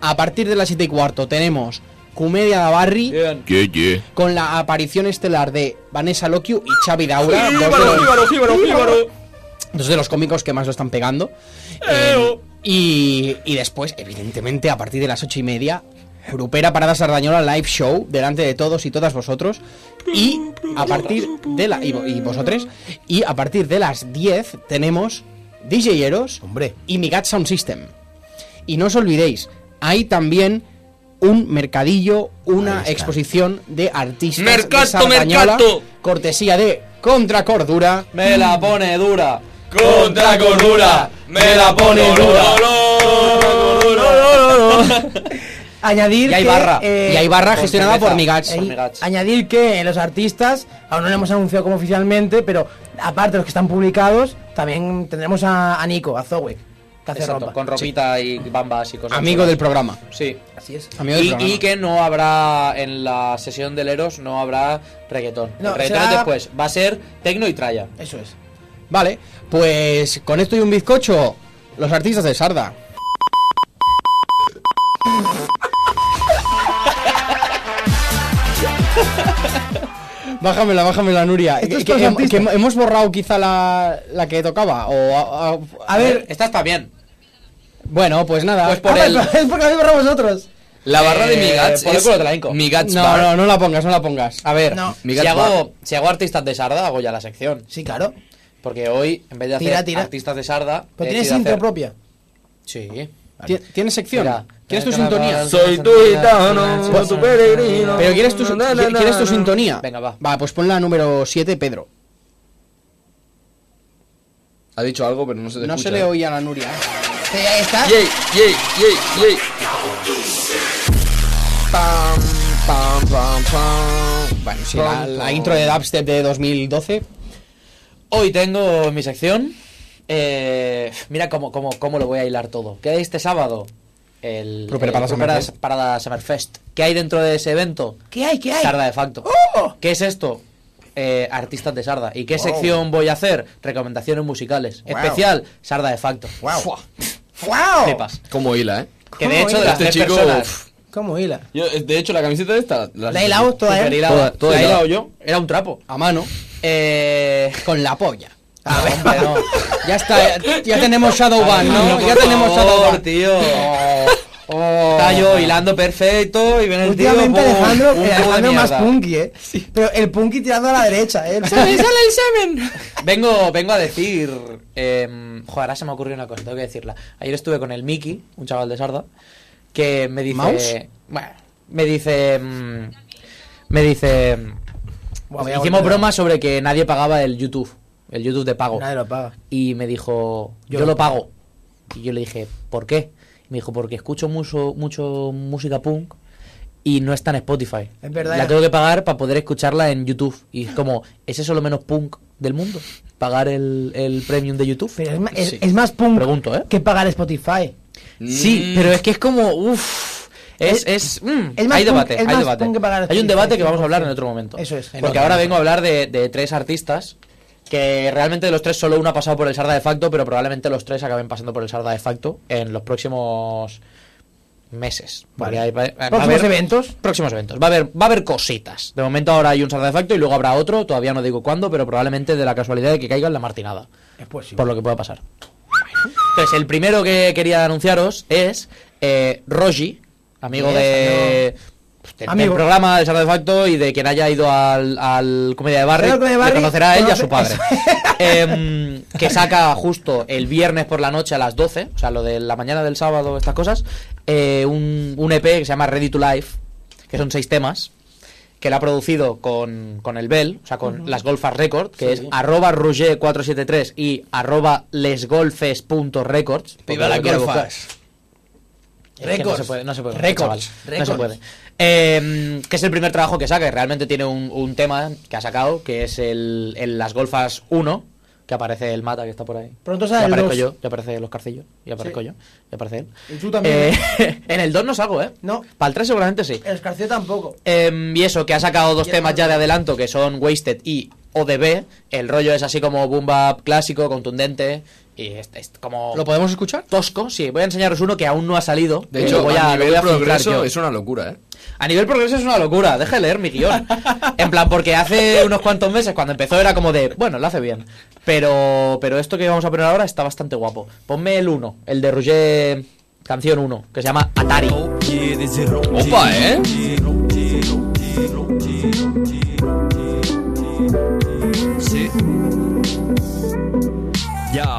A partir de las 7 y cuarto tenemos Comedia da Barri
Ye, ye.
con la aparición estelar de Vanessa Lokiu y Xavi Daura, dos, de
Jíbaro,
los-
jíbaro, jíbaro, jíbaro.
dos de los cómicos que más lo están pegando. Eh, y, y después, evidentemente, a partir de las 8 y media... Grupera Parada Sardañola Live Show delante de todos y todas vosotros y a partir de la y, vo- y vosotros y a partir de las 10 tenemos DJeros
Hombre.
y Migat Sound System. Y no os olvidéis, hay también un mercadillo, una exposición de artistas de
Mercato,
Sardañola,
mercato.
cortesía de Contra Cordura.
Me la pone dura.
Contra cordura, me la pone dura.
(laughs) Añadir
Y hay
que,
barra,
eh,
y hay barra
con
gestionada
cerveza.
por Migats.
Por
Ahí,
Migats.
añadir que los artistas, aún no lo hemos anunciado como oficialmente, pero aparte de los que están publicados, también tendremos a, a Nico, a Zoe, que hace
Exacto,
ropa.
con ropita y bambas y cosas.
Amigo
chulas.
del programa.
Sí.
Así es.
Amigo del
Y,
programa.
y que no habrá en la sesión del Eros, no habrá reggaetón.
No,
El reggaetón es
será-
después. Va a ser tecno y traya.
Eso es. (laughs)
Vale, pues con esto y un bizcocho, los artistas de Sarda. Bájamela, bájamela, Nuria.
Esto es
Que-
para
que
los
hem-
artistas.
que hem- ¿Hemos borrado quizá la, la que tocaba? O, a, a- a ver,
esta está bien.
bueno, pues nada.
Pues por
Ah,
el-
pero Es porque lo para vosotros.
La barra de mi gats
Eh, por el
es
culo te la hinco.
mi gats
No,
bar.
no, no la pongas, no la pongas.
A ver,
No.
Mi
si,
gat
hago, si hago artistas de Sarda, hago ya la sección.
Sí, claro.
Porque hoy, en vez de hacer
Tira, tira.
artistas Eh, de Sarda.
Pero
he
tienes
decidido
intro
hacer-
propia.
Sí.
Ti- ¿Tienes sección?
Mira,
¿Quieres tu
venga,
sintonía?
va, Soy tu gitano, soy tu peregrino.
Pero ¿quieres tu, qui- ¿quieres tu sintonía?
Venga, va.
Va, pues pon la número 7, Pedro.
Ha dicho algo, pero no se te
No
escucha.
se le oía a la Nuria. ¿eh?
Sí, ahí está.
Yey, yey, yey, yey. Pam, pam, pam, pam.
Bueno, sí, la, la intro de Dubstep de 2012.
Hoy tengo mi sección. eh, mira cómo, cómo, cómo lo voy a hilar todo. ¿Qué hay este sábado? El
Propera
el
Parada
Propera
Summerfest.
Parada Summerfest. ¿Qué hay dentro de ese evento?
¿Qué hay? ¿Qué hay?
Sarda de facto.
¡Oh!
¿Qué es esto? Eh, artistas de Sarda. ¿Y qué sección voy a hacer? Recomendaciones musicales.
Wow.
Especial Sarda de facto.
¡Wow! ¡Wow!
Flipas.
Como hila, eh.
Que de
¿Cómo
hecho de
hila?
las
Este
tres
chico,
personas.
uf.
¿Cómo hila?
Yo, eh, de hecho, la camiseta esta.
¿La he hilado toda,
Super
eh?
hilado.
Toda- toda
La he
hilada.
hilado yo. Era un trapo.
A mano.
Eh,
Con la polla.
a ver, (laughs) hombre, no.
Ya está, ya, ya tenemos Shadowban,
Ay,
¿no?
por
Ya tenemos
favor,
Shadowban.
tío.
(laughs) Oh.
Está yo hilando perfecto y viene el tío.
Últimamente
pum,
Alejandro,
un
el
poco de
Alejandro más
mierda.
punky, ¿eh? Pero el punky tirando a la derecha, ¿eh?
el semen!
Vengo, vengo a decir. em, joder, ahora se me ocurrió una cosa, tengo que decirla. Ayer estuve con el Miki, un chaval de Sarda, que me dice.
¿Maus?
Bueno, me dice. em, me dice. em,
Buah, voy a
hicimos
volver a-
bromas sobre que nadie pagaba el YouTube, el YouTube de pago.
Nadie lo paga.
Y me dijo, yo, lo pago. Y yo le dije, ¿por qué? Y me dijo, porque escucho mucho, mucho música punk y no está en Spotify.
Es verdad,
La
ya.
tengo que pagar para poder escucharla en YouTube. Y es como, ¿es eso lo menos punk del mundo? ¿Pagar el, el premium de YouTube?
Pero es, ma- es-
Sí.
es más punk
Pregunto, ¿eh?
que pagar Spotify. Mm.
Sí, pero es que es como, uff. Es, es, mm,
es más
hay
punk-
debate,
es
hay
más
debate.
punk que pagar
Hay un
Spotify,
debate que vamos a hablar en
100%.
otro momento.
Eso es. En
Porque
otro
ahora vengo a hablar de, de tres artistas que realmente de los tres solo uno ha pasado por el Sarda de facto, pero probablemente los tres acaben pasando por el Sarda de facto en los próximos meses. Porque hay- eh, va- va a
Próximos
haber-
eventos.
Próximos eventos. Va a haber, va a haber cositas. De momento ahora hay un Sarda de facto y luego habrá otro, todavía no digo cuándo, pero probablemente de la casualidad de que caiga en la martinada
Es posible.
por lo que pueda pasar. Entonces, el primero que quería anunciaros es eh, Rogi, amigo
Yes,
de. del,
Amigo.
del programa del Sarda de Facto y de quien haya ido al, al Comedia de Barri,
Claro, Comedia de Barri,
le conocerá a él y a su padre.
conoce- (laughs)
Em, que saca justo el viernes por la noche a las 12, o sea, lo de la mañana del sábado, estas cosas, eh, un, un EP que se llama Ready to Life, que son seis temas, que la ha producido con, con el Bell, o sea, con las Golfas Record, que es arroba Roger473 y arroba lesgolfes.records. porque
Viva las
lo quiero buscar.
golfas.
Es que
Records.
No se puede, no se puede.
Records.
chaval. No se
Records.
puede. Eh, que es el primer trabajo que saca y realmente tiene un, un tema que ha sacado, que es el, el Las Golfas 1, que aparece el Mata, que está por ahí.
Pronto sale
Y
el
aparezco
dos.
yo, y aparece Los Carcillos, y aparezco yo, y aparece él.
Y tú también,
Eh, (laughs) en el 2 no salgo, ¿eh?
No.
Para el 3 seguramente sí.
El escarceo tampoco.
Em, y eso, que ha sacado dos
Y el
temas ya
otro.
de adelanto, que son Wasted y ODB. El rollo es así como boom bap clásico, contundente, y es, es como...
¿Lo podemos escuchar?
Tosco, sí. Voy a enseñaros uno que aún no ha salido.
De
que
hecho,
lo voy
a,
lo
nivel
voy filtrar
progreso
yo.
es una locura, ¿eh?
A nivel progreso es una locura. Deja de leer mi guión.
(laughs)
En plan, porque hace unos cuantos meses, cuando empezó, era como de, bueno, lo hace bien. Pero, pero esto que vamos a poner ahora está bastante guapo. Ponme el 1, el de Rouget, canción 1, que se llama Atari.
Opa, ¿eh?
Sí. Ya.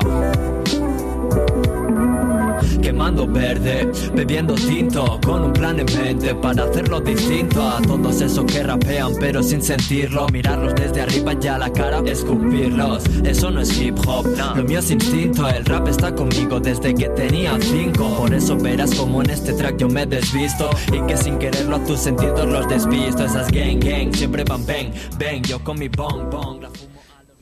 Quemando verde, bebiendo tinto, con un plan en mente para hacerlo distinto a todos esos que rapean pero sin sentirlo. Mirarlos desde arriba ya la cara, escupirlos. Eso no es hip hop, lo mío es instinto. El rap está conmigo desde que tenía cinco. Por eso verás como en este track yo me desvisto y que sin quererlo a tus sentidos los desvisto. Esas gang gang siempre van bang bang. Yo con mi bong bong. la fumo.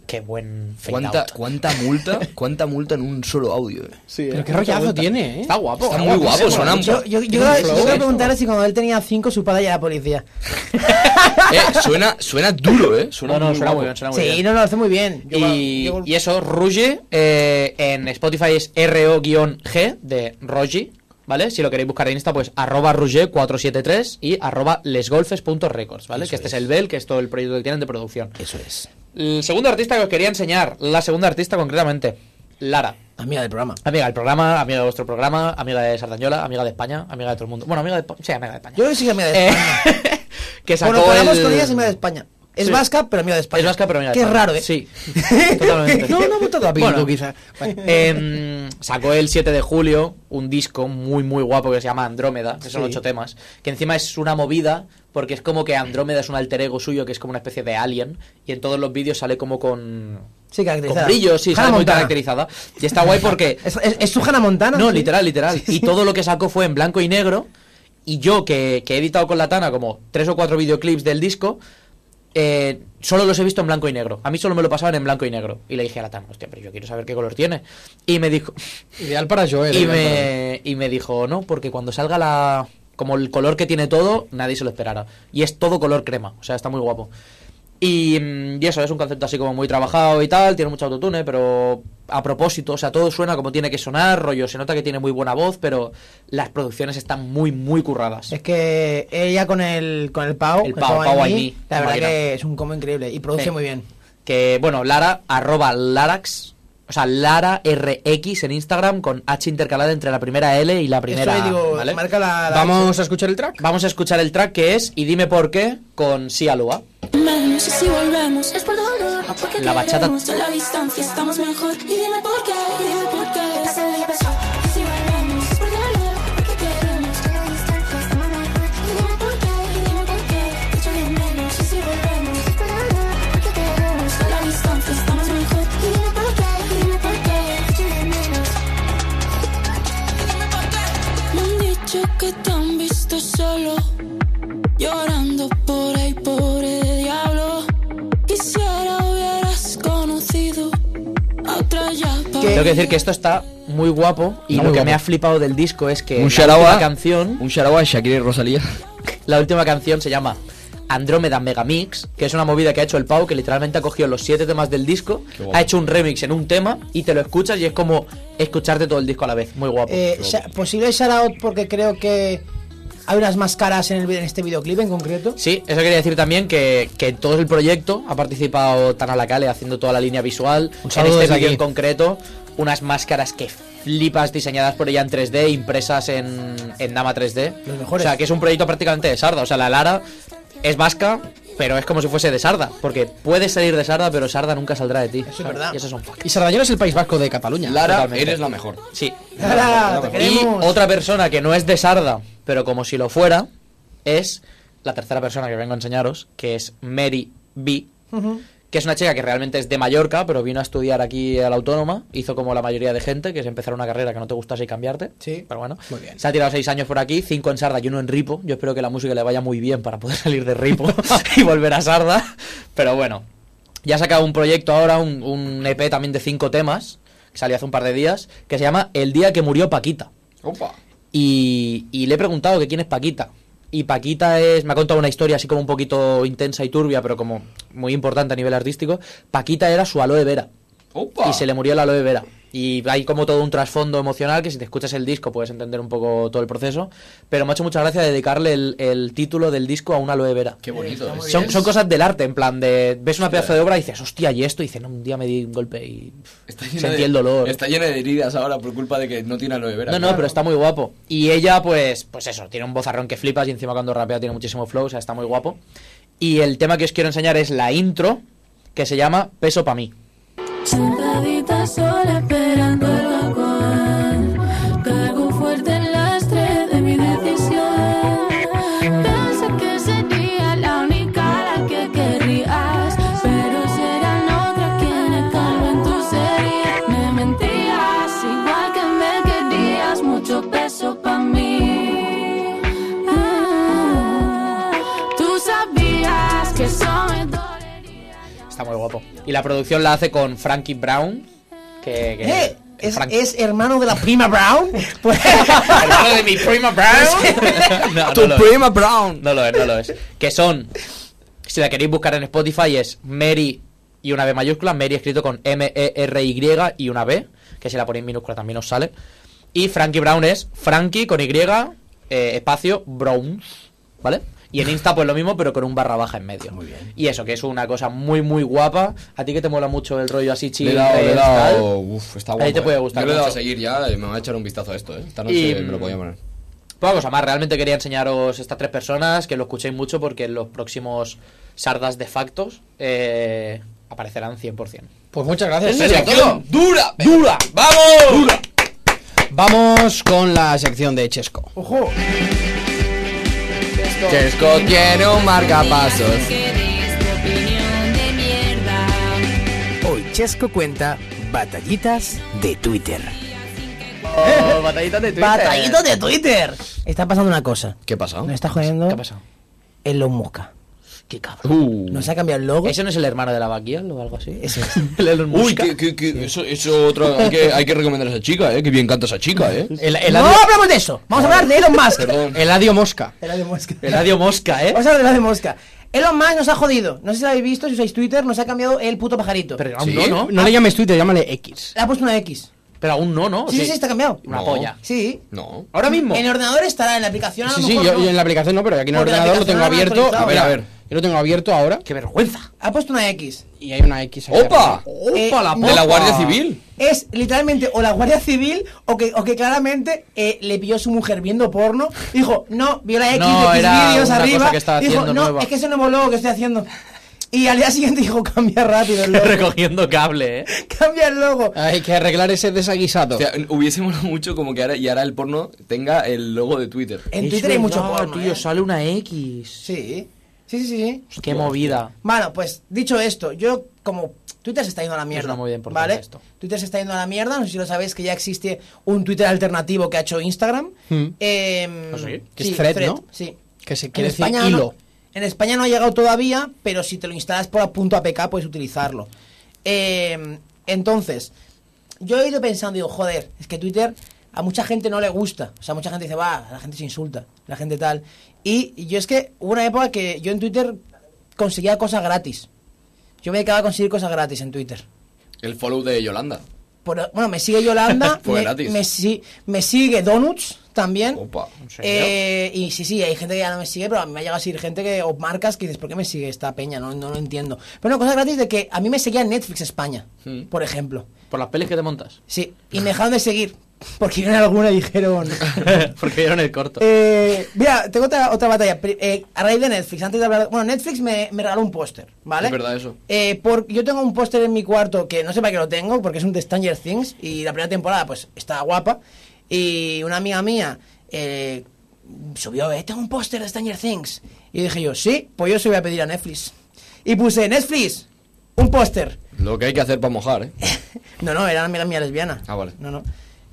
Qué buen fade
¿Cuánta,
out.
¿Cuánta multa? ¿Cuánta multa en un solo audio? eh?
Pero qué rollazo tiene, ¿eh?
Está guapo.
Está muy guapo,
guapísimo.
sonamos.
Yo, yo, yo, yo quiero preguntar si cuando él tenía 5 su padre ya era policía.
Eh, suena, suena duro, ¿eh? Suena
No, no,
muy
suena muy
guapo.
bien, suena muy bien.
Sí, no, no, lo hace muy bien. Yo va-
y,
yo-
y eso, Ruge, eh, en Spotify es RO-G de Rogi, ¿vale? Si lo queréis buscar en Insta, pues arroba Ruge473 y arroba lesgolfes.records, ¿vale? que este es. el Bell, que es todo el proyecto que tienen de producción.
Eso es.
El segundo artista que os quería enseñar, la segunda artista concretamente, Lara.
Amiga del programa.
Amiga del programa, amiga de vuestro programa, amiga de Sardañola, amiga de España, amiga de todo el mundo. Bueno, amiga de España. Sí, amiga de España.
Yo creo que sí que amiga de
Eh, (laughs)
España.
que sacó
Bueno, hablamos
el-
con ella es amiga de España. Es
Sí.
vasca, pero amiga de España.
Es vasca, pero mira.
Qué
está-
raro, (laughs) ¿eh?
Sí. Totalmente.
No, no ha votado a Bildu, quizá.
em, sacó el 7 de julio un disco muy, muy guapo que se llama Andrómeda, que son ocho temas. Que encima es una movida, porque es como que Andrómeda es un alter ego suyo, que es como una especie de alien. Y en todos los vídeos sale como con.
Sí,
Con
caracterizada.
brillos, sí,
Hannah
sale muy
Montana.
caracterizada. Y está guay
(laughs)
porque
¿Es, es, es su Hannah Montana?
no,
Sí.
literal, literal. Y todo lo que sacó fue en blanco y negro. Y yo, que, que he editado con la Tana como tres o cuatro videoclips del disco, eh, solo los he visto en blanco y negro. A mí solo me lo pasaban en blanco y negro. Y le dije a la Tana, hostia, pero yo quiero saber qué color tiene. Y me dijo,
Ideal para Joel. ¿eh?
y
ideal para Joel.
me, y me dijo, no, porque cuando salga la. Como el color que tiene todo, nadie se lo esperara. Y es todo color crema, o sea, está muy guapo. Y, mm, y eso, es un concepto así como muy trabajado y tal, tiene mucho autotune, pero a propósito, o sea, todo suena como tiene que sonar, rollo, se nota que tiene muy buena voz, pero las producciones están muy, muy curradas.
Es que ella con el, con el Pau,
El Pau, Pau
Aimee,
Aimee,
la verdad
máquina.
que es un combo increíble y produce
Sí.
muy bien.
Que, bueno, Lara, arroba Larax, o sea, Lara RX en Instagram con H intercalada entre la primera L y la primera
Eso le digo,
¿vale?
marca la, la-
Vamos a escuchar el track.
Vamos a escuchar el track que es Y dime por qué con Sia Lua.
No sé si volvemos, es por dolor, o porque
La bachata.
queremos. A la distancia estamos mejor. Y dime por qué, y dime por qué. Pasa lo que pasó, y si volvemos, es por dolor, o porque queremos. A la distancia estamos mejor. Y dime por qué, y dime por qué. Te echo de menos, y si volvemos, es por dolor, o porque queremos. A la distancia estamos mejor. Y dime por qué, y dime por qué. Te echo de menos. Me han dicho que te han visto solo, llorando por el pobre diablo. Quisiera hubieras conocido a otra ya.
Tengo que decir que esto está muy guapo y
Está
lo
muy
que
guapo.
me ha flipado del disco es que
Un
la
shout-out
última
a-
canción,
Un shout out a Shakira y Rosalía.
la última canción se llama Andrómeda Megamix, que es una movida que ha hecho el Pau que literalmente ha cogido los siete temas del disco,
Qué guapo.
ha hecho un remix en un tema y te lo escuchas y es como escucharte todo el disco a la vez, muy guapo.
Eh, sha- posible shout out porque creo que hay unas máscaras en, el, vi- en este videoclip en concreto.
Sí, eso quería decir también que, que en todo el proyecto ha participado Tana Lacale haciendo toda la línea visual.
Un
en
saludo
este
desde
vídeo en
aquí.
concreto, unas máscaras que flipas diseñadas por ella en 3D, impresas en, en Dama 3D.
Los mejores.
O sea, que es un proyecto prácticamente de Sarda. O sea, la Lara es vasca, pero es como si fuese de Sarda. Porque puedes salir de Sarda, pero Sarda nunca saldrá de ti. Eso
es verdad.
Y eso es un fuck.
Y Sardañola es el País Vasco de Cataluña.
Lara,
totalmente.
eres la mejor.
Sí.
Lara, te
Y
queremos.
otra persona que no es de Sarda, pero como si lo fuera, es la tercera persona que vengo a enseñaros, que es Mary B. Que es una chica que realmente es de Mallorca, pero vino a estudiar aquí a la Autónoma. Hizo como la mayoría de gente, que es empezar una carrera que no te gustase y cambiarte.
Sí.
Pero bueno.
Muy bien.
Se ha tirado seis años por aquí, cinco en Sarda y uno en Ripo. Yo espero que la música le vaya muy bien para poder (laughs) salir de
(laughs)
Ripo y volver a Sarda. Pero bueno. Ya ha sacado un proyecto ahora, un, un EP también de cinco temas, que salió hace un par de días, que se llama El día que murió Paquita.
Opa.
Y, y le he preguntado que quién es Paquita. Y Paquita es, me ha contado una historia así como un poquito intensa y turbia, pero como muy importante a nivel artístico. Paquita era su aloe vera.
Opa.
Y se le murió el aloe vera. Y hay como todo un trasfondo emocional que si te escuchas el disco puedes entender un poco todo el proceso. Pero me ha hecho mucha gracia dedicarle el, el título del disco a un aloe vera.
Qué bonito. es.
Son, son cosas del arte, en plan de... Ves una pedazo de obra y dices, hostia, ¿y esto? Y dices, no, un día me di un golpe y
Está llena
sentí
de-
el dolor.
Está llena de heridas ahora por culpa de que no tiene aloe vera.
No, no, pero está muy guapo. Y ella, pues, pues eso, tiene un bozarrón que flipas y encima cuando rapea tiene muchísimo flow, o sea, está muy guapo. Y el tema que os quiero enseñar es la intro, que se llama Peso pa' mí.
Sentadita sola esperando el vagón. Cargo fuerte el lastre de mi decisión. Pensé que sería la única a la que querrías. Pero serán otras quienes calman tu serie. Me mentías, igual que me querías. Mucho peso pa' mí. Ah, tú sabías que eso me dolería.
Está muy guapo. Y la producción la hace con Frankie Brown, que... que-
Eh,
que
¿Es,
Frank-
es hermano de la prima Brown? (laughs) Pues-
¿Hermano de mi prima Brown? (laughs) No, no lo es.
prima Brown.
No lo es, no lo es. Que son, si la queréis buscar en Spotify, es Mary y una B mayúscula, Mary escrito con M-E-R-Y y una B, que si la ponéis minúscula también os sale. Y Frankie Brown es Frankie con Y, eh, espacio, Brown, ¿vale? Y en Insta pues lo mismo, pero con un barra baja en medio. Muy bien. Y eso, que es una cosa muy, muy guapa. A ti que te mola mucho el rollo así
Le
chill,
he dado, le he
eh,
dado.
tal.
Uf, está
Ahí
guapo.
te puede
eh.
gustar
Yo le he dado a
mucho.
seguir ya, eh, me va a echar un vistazo a esto, ¿eh? Esta noche
Y,
me lo voy a poner.
Poca cosa más, realmente quería enseñaros estas tres personas, que lo escuchéis mucho porque en los próximos sardas de factos eh, aparecerán 100%.
Pues muchas gracias. Sergio.
¡Dura! ¡Dura! ¡Vamos! ¡Dura!
Vamos con la sección de Chesco.
Ojo.
Chesco tiene un marcapasos.
Que des tu opinión de mierda.
Hoy Chesco cuenta batallitas de Twitter.
batallitas de
Batallito de Twitter. Está pasando una cosa.
¿Qué pasa?
Nos está jodiendo.
¿Qué ha pasado?
El Elon Musk.
Qué cabrón.
Uh.
Nos ha cambiado el logo.
¿Ese no es el hermano de la vaquilla o algo así?
Ese es.
El Elon
Uy,
Musk.
que, que, que- eso, eso otra, hay que, hay que recomendar a esa chica, eh, que bien canta esa chica, eh.
El, el
no
adio,
hablamos de eso. Vamos a hablar de Elon Musk.
Perdón.
Eh,
el adio mosca.
El Elon Musk.
El radio mosca, ¿eh?
Vamos a hablar del de mosca. Elon Musk nos ha jodido. No sé si lo habéis visto, si usáis Twitter, nos ha cambiado el puto pajarito.
Pero aún
¿Sí?
no, ¿no?
¿eh? No Ah. le llames Twitter, llámale X.
Le ha puesto una X.
Pero aún no, ¿no?
Sí, sí, sí, está cambiado.
Una
No.
polla.
Sí.
No.
¿Ahora mismo?
En el ordenador estará, en la aplicación a lo
Sí, sí, yo,
mejor no.
yo en la aplicación no, pero aquí en el
Porque la
ordenador lo tengo
aplicación no la
abierto.
han
A ver, a ver.
actualizado.
Yo lo tengo abierto ahora
¡Qué vergüenza!
Ha puesto una X.
y hay una X. aquí
¡Opa!
arriba.
Eh,
¡Opa, la
no.
¿De la Guardia Civil?
Es literalmente o la Guardia Civil o que, o que claramente eh, le pilló a su mujer viendo porno. Dijo, no, vio la X,
No,
de X
era
vídeos
una
arriba.
cosa que estaba
dijo,
haciendo
no,
nueva".
es que es el nuevo logo que estoy haciendo. Y al día siguiente dijo, cambia rápido
(laughs)
el logo.
Recogiendo cable, ¿eh?
cambia el logo.
Ah,
Hay que arreglar ese desaguisado.
O sea, hubiese molado mucho como que ahora, y ahora el porno tenga el logo de Twitter.
En
Es
Twitter hay mucho
verdad,
porno.
tío,
¿eh?
sale una X.
Sí. Sí, sí, sí, sí.
Qué movida.
Bueno, pues dicho esto, yo como Twitter se está yendo a la mierda.
una movida importante
¿vale?
esto.
Twitter se está yendo a la mierda. No sé si lo sabéis que ya existe un Twitter alternativo que ha hecho Instagram. Em,
Hmm. Ah, sí.
Que es Thread, ¿no?
Sí.
Que se
En
quiere decir
España
hilo.
No, en España no ha llegado todavía, pero si te lo instalas por punto .apk puedes utilizarlo. Em, entonces, yo he ido pensando, digo, joder, es que Twitter a mucha gente no le gusta. O sea, mucha gente dice, va, la gente se insulta, la gente tal. Y yo es que hubo una época que yo en Twitter conseguía cosas gratis. Yo me dedicaba a conseguir cosas gratis en Twitter.
El follow de Yolanda.
Por- bueno, me sigue Yolanda,
(laughs) Fue
me,
gratis. Oh,
me si- me sigue Donuts también.
Opa.
Eh, y sí, sí, hay gente que ya no me sigue, pero a mí me ha llegado a seguir gente que, o marcas que dices, ¿por qué me sigue esta peña? No, no lo entiendo. Pero una cosa gratis de que a mí me seguía Netflix España,
Hmm.
por ejemplo. (laughs)
Por las pelis que te montas.
Sí, y me dejaron de seguir (laughs) Porque en alguna dijeron.
Porque vieron el corto.
Eh, mira, tengo otra, otra batalla. Pri- eh, a raíz de Netflix, antes de hablar. Bueno, Netflix me, me regaló un póster, ¿vale?
Es verdad eso.
Eh, por- yo tengo un póster en mi cuarto que no sé para qué lo tengo, porque es un de Stranger Things y la primera temporada pues está guapa. Y una amiga mía eh, subió, eh, tengo un póster de Stranger Things. Y dije yo, sí, pues yo se lo voy a pedir a Netflix. Y puse, Netflix, un póster.
Lo que hay que hacer para mojar, ¿eh?
(laughs) No, no, era una amiga mía lesbiana.
Ah, vale.
No, no.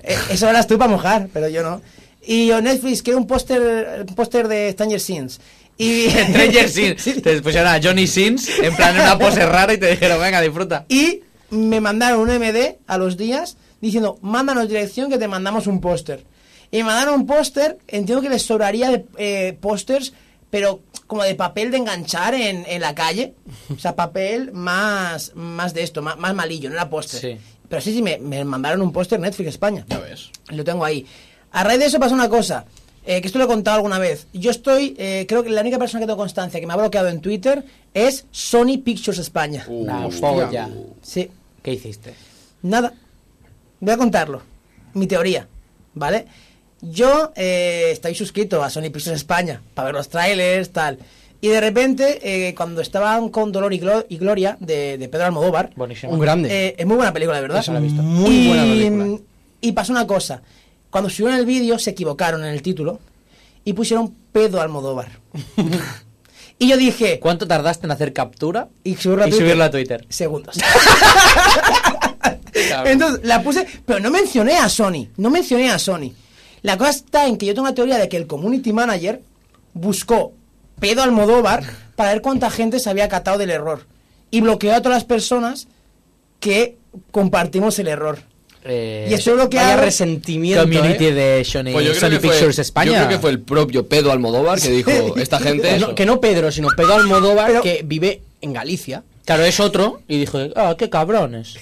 Eh, Eso eras tú para mojar, pero yo no. Y yo, Netflix, quiero un póster un póster de Stranger Things. Y... (laughs)
(laughs) Stranger Sins. Te pusieron a Johnny Sins en plan
(laughs)
en una pose rara y te dijeron, venga, disfruta.
Y me mandaron un MD a los días diciendo, mándanos dirección que te mandamos un póster. Y me mandaron un póster, entiendo que les sobraría de eh, pósters, pero como de papel de enganchar en, en la calle. O sea, papel más, más de esto, más, más malillo, no era póster.
Sí.
Pero sí, sí, me, me mandaron un póster Netflix España.
Ya ves.
Lo tengo ahí. A raíz de eso pasa una cosa, eh, que esto lo he contado alguna vez. Yo estoy, eh, creo que la única persona que tengo constancia que me ha bloqueado en Twitter es Sony Pictures España.
Uh,
Una
hostia.
polla.
Sí,
¿Qué hiciste?
nada. Voy a contarlo. Mi teoría, ¿vale? Yo eh, estoy suscrito a Sony Pictures España para ver los trailers, tal. Y de repente, eh, cuando estaban con Dolor y, Glo- y Gloria de, de Pedro Almodóvar,
Buenísimo.
Un grande.
eh, es muy buena película, de verdad. Mm.
Esa la he visto. Muy buena película.
Y pasó una cosa. Cuando subieron el vídeo se equivocaron en el título y pusieron pedo
(laughs)
Almodóvar. y yo dije...
¿Cuánto tardaste en hacer captura
Y subirlo a
y
Twitter.
subirlo a Twitter?
(laughs)
Segundos. (laughs) Entonces la puse, pero no mencioné a Sony, no mencioné a Sony. La cosa está en que yo tengo la teoría de que el community manager buscó pedo Almodóvar para ver cuánta gente se había catado del error y bloqueó a todas las personas que compartimos el error.
Eh,
Y eso es lo que
Vaya
hago-
resentimiento.
Community
eh.
de Sony,
Pues yo creo,
Sony
que
Pictures
fue,
España.
yo creo que fue
(laughs)
el propio pedo Almodóvar que dijo, esta gente...
Que
eso".
no, que no Pedro, sino Pedro Almodóvar,
Pero-
que vive en Galicia.
Claro, es otro. Y dijo, ah, qué
(laughs)
cabrones.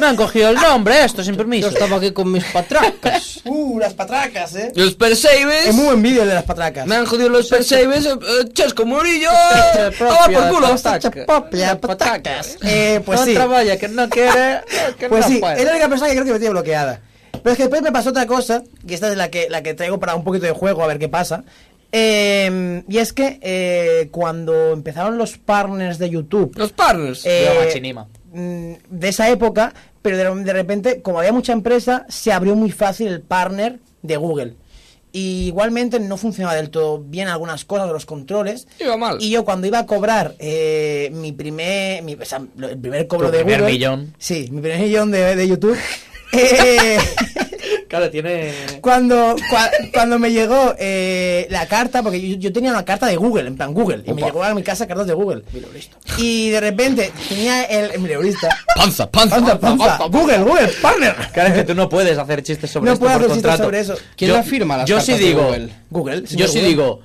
Me han cogido el nombre, esto, sin
Yo
permiso.
estaba aquí con mis
(laughs)
patracas.
Uh, las patracas, eh.
Los Perseibes...
Es muy buen vídeo el de las patracas.
Me han jodido los Perseibes, eh, eh, Chesco Murillo...
Este propio
¡Ah, por culo!
pataca.
Chapopla, patacas. Eh, pues
no
sí.
trabaja, que no quiere. que
Pues
no
sí,
puede.
es la única persona que creo que me tiene bloqueada. Pero es que después me pasó otra cosa, que esta es la que, la que traigo para un poquito de juego, a ver qué pasa. Eh, y es que eh, cuando empezaron los partners de YouTube,
Los partners.
eh,
Broma, Chinima.
mm, de esa época, pero de, de repente, como había mucha empresa, se abrió muy fácil el partner de Google. Y igualmente no funcionaba del todo bien algunas cosas, los controles.
Iba mal.
Y yo cuando iba a cobrar eh, mi primer, mi- o sea, lo- el primer cobro
Tu
de
primer
Google,
millón.
Sí, mi primer millón de, de
(laughs)
YouTube. eh,
Claro, tiene.
cuando, cua- cuando me llegó eh, la carta, porque yo, yo tenía una carta de Google, en plan Google, y me llegó a mi casa cartas de Google. Y de repente tenía el...
(laughs)
Mileurista.
Panza, panza,
Panza, panza. Google, Google, partner.
Claro, es que tú no puedes hacer chistes sobre
No
esto
puedo
por
hacer chistes
contrato.
sobre eso.
¿Quién
Yo-
la firma las
Yo sí
cartas de
digo.
Google?
Google.
Yo
señor
sí
Google.
digo.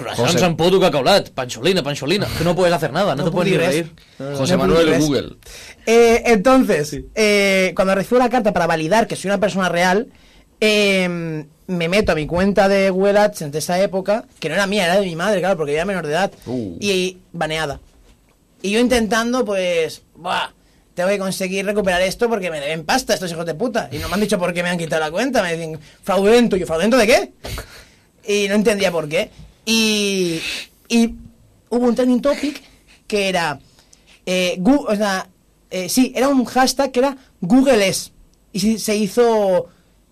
Croissants en puto cacaolat, pancholina, pancholina. Tú no puedes hacer nada, no, te puedes ni
pudieras.
reír.
José
No
Manuel
pudieras.
Google.
Eh, entonces, eh, cuando recibo la carta para validar que soy una persona real, eh, me meto a mi cuenta de Google AdSense de esa época, que no era mía, era de mi madre, claro, porque yo era menor de edad,
Uh.
y baneada. Y yo intentando, pues, buah, tengo que conseguir recuperar esto porque me deben pasta estos hijos de puta. Y no me han dicho por qué me han quitado la cuenta, me dicen, fraudulento, Y yo, ¿fraudulento de qué? Y no entendía por qué. Y, y hubo un trending topic que era. eh, Gu- o sea, eh, sí, era un hashtag que era Google es. Y se- se hizo.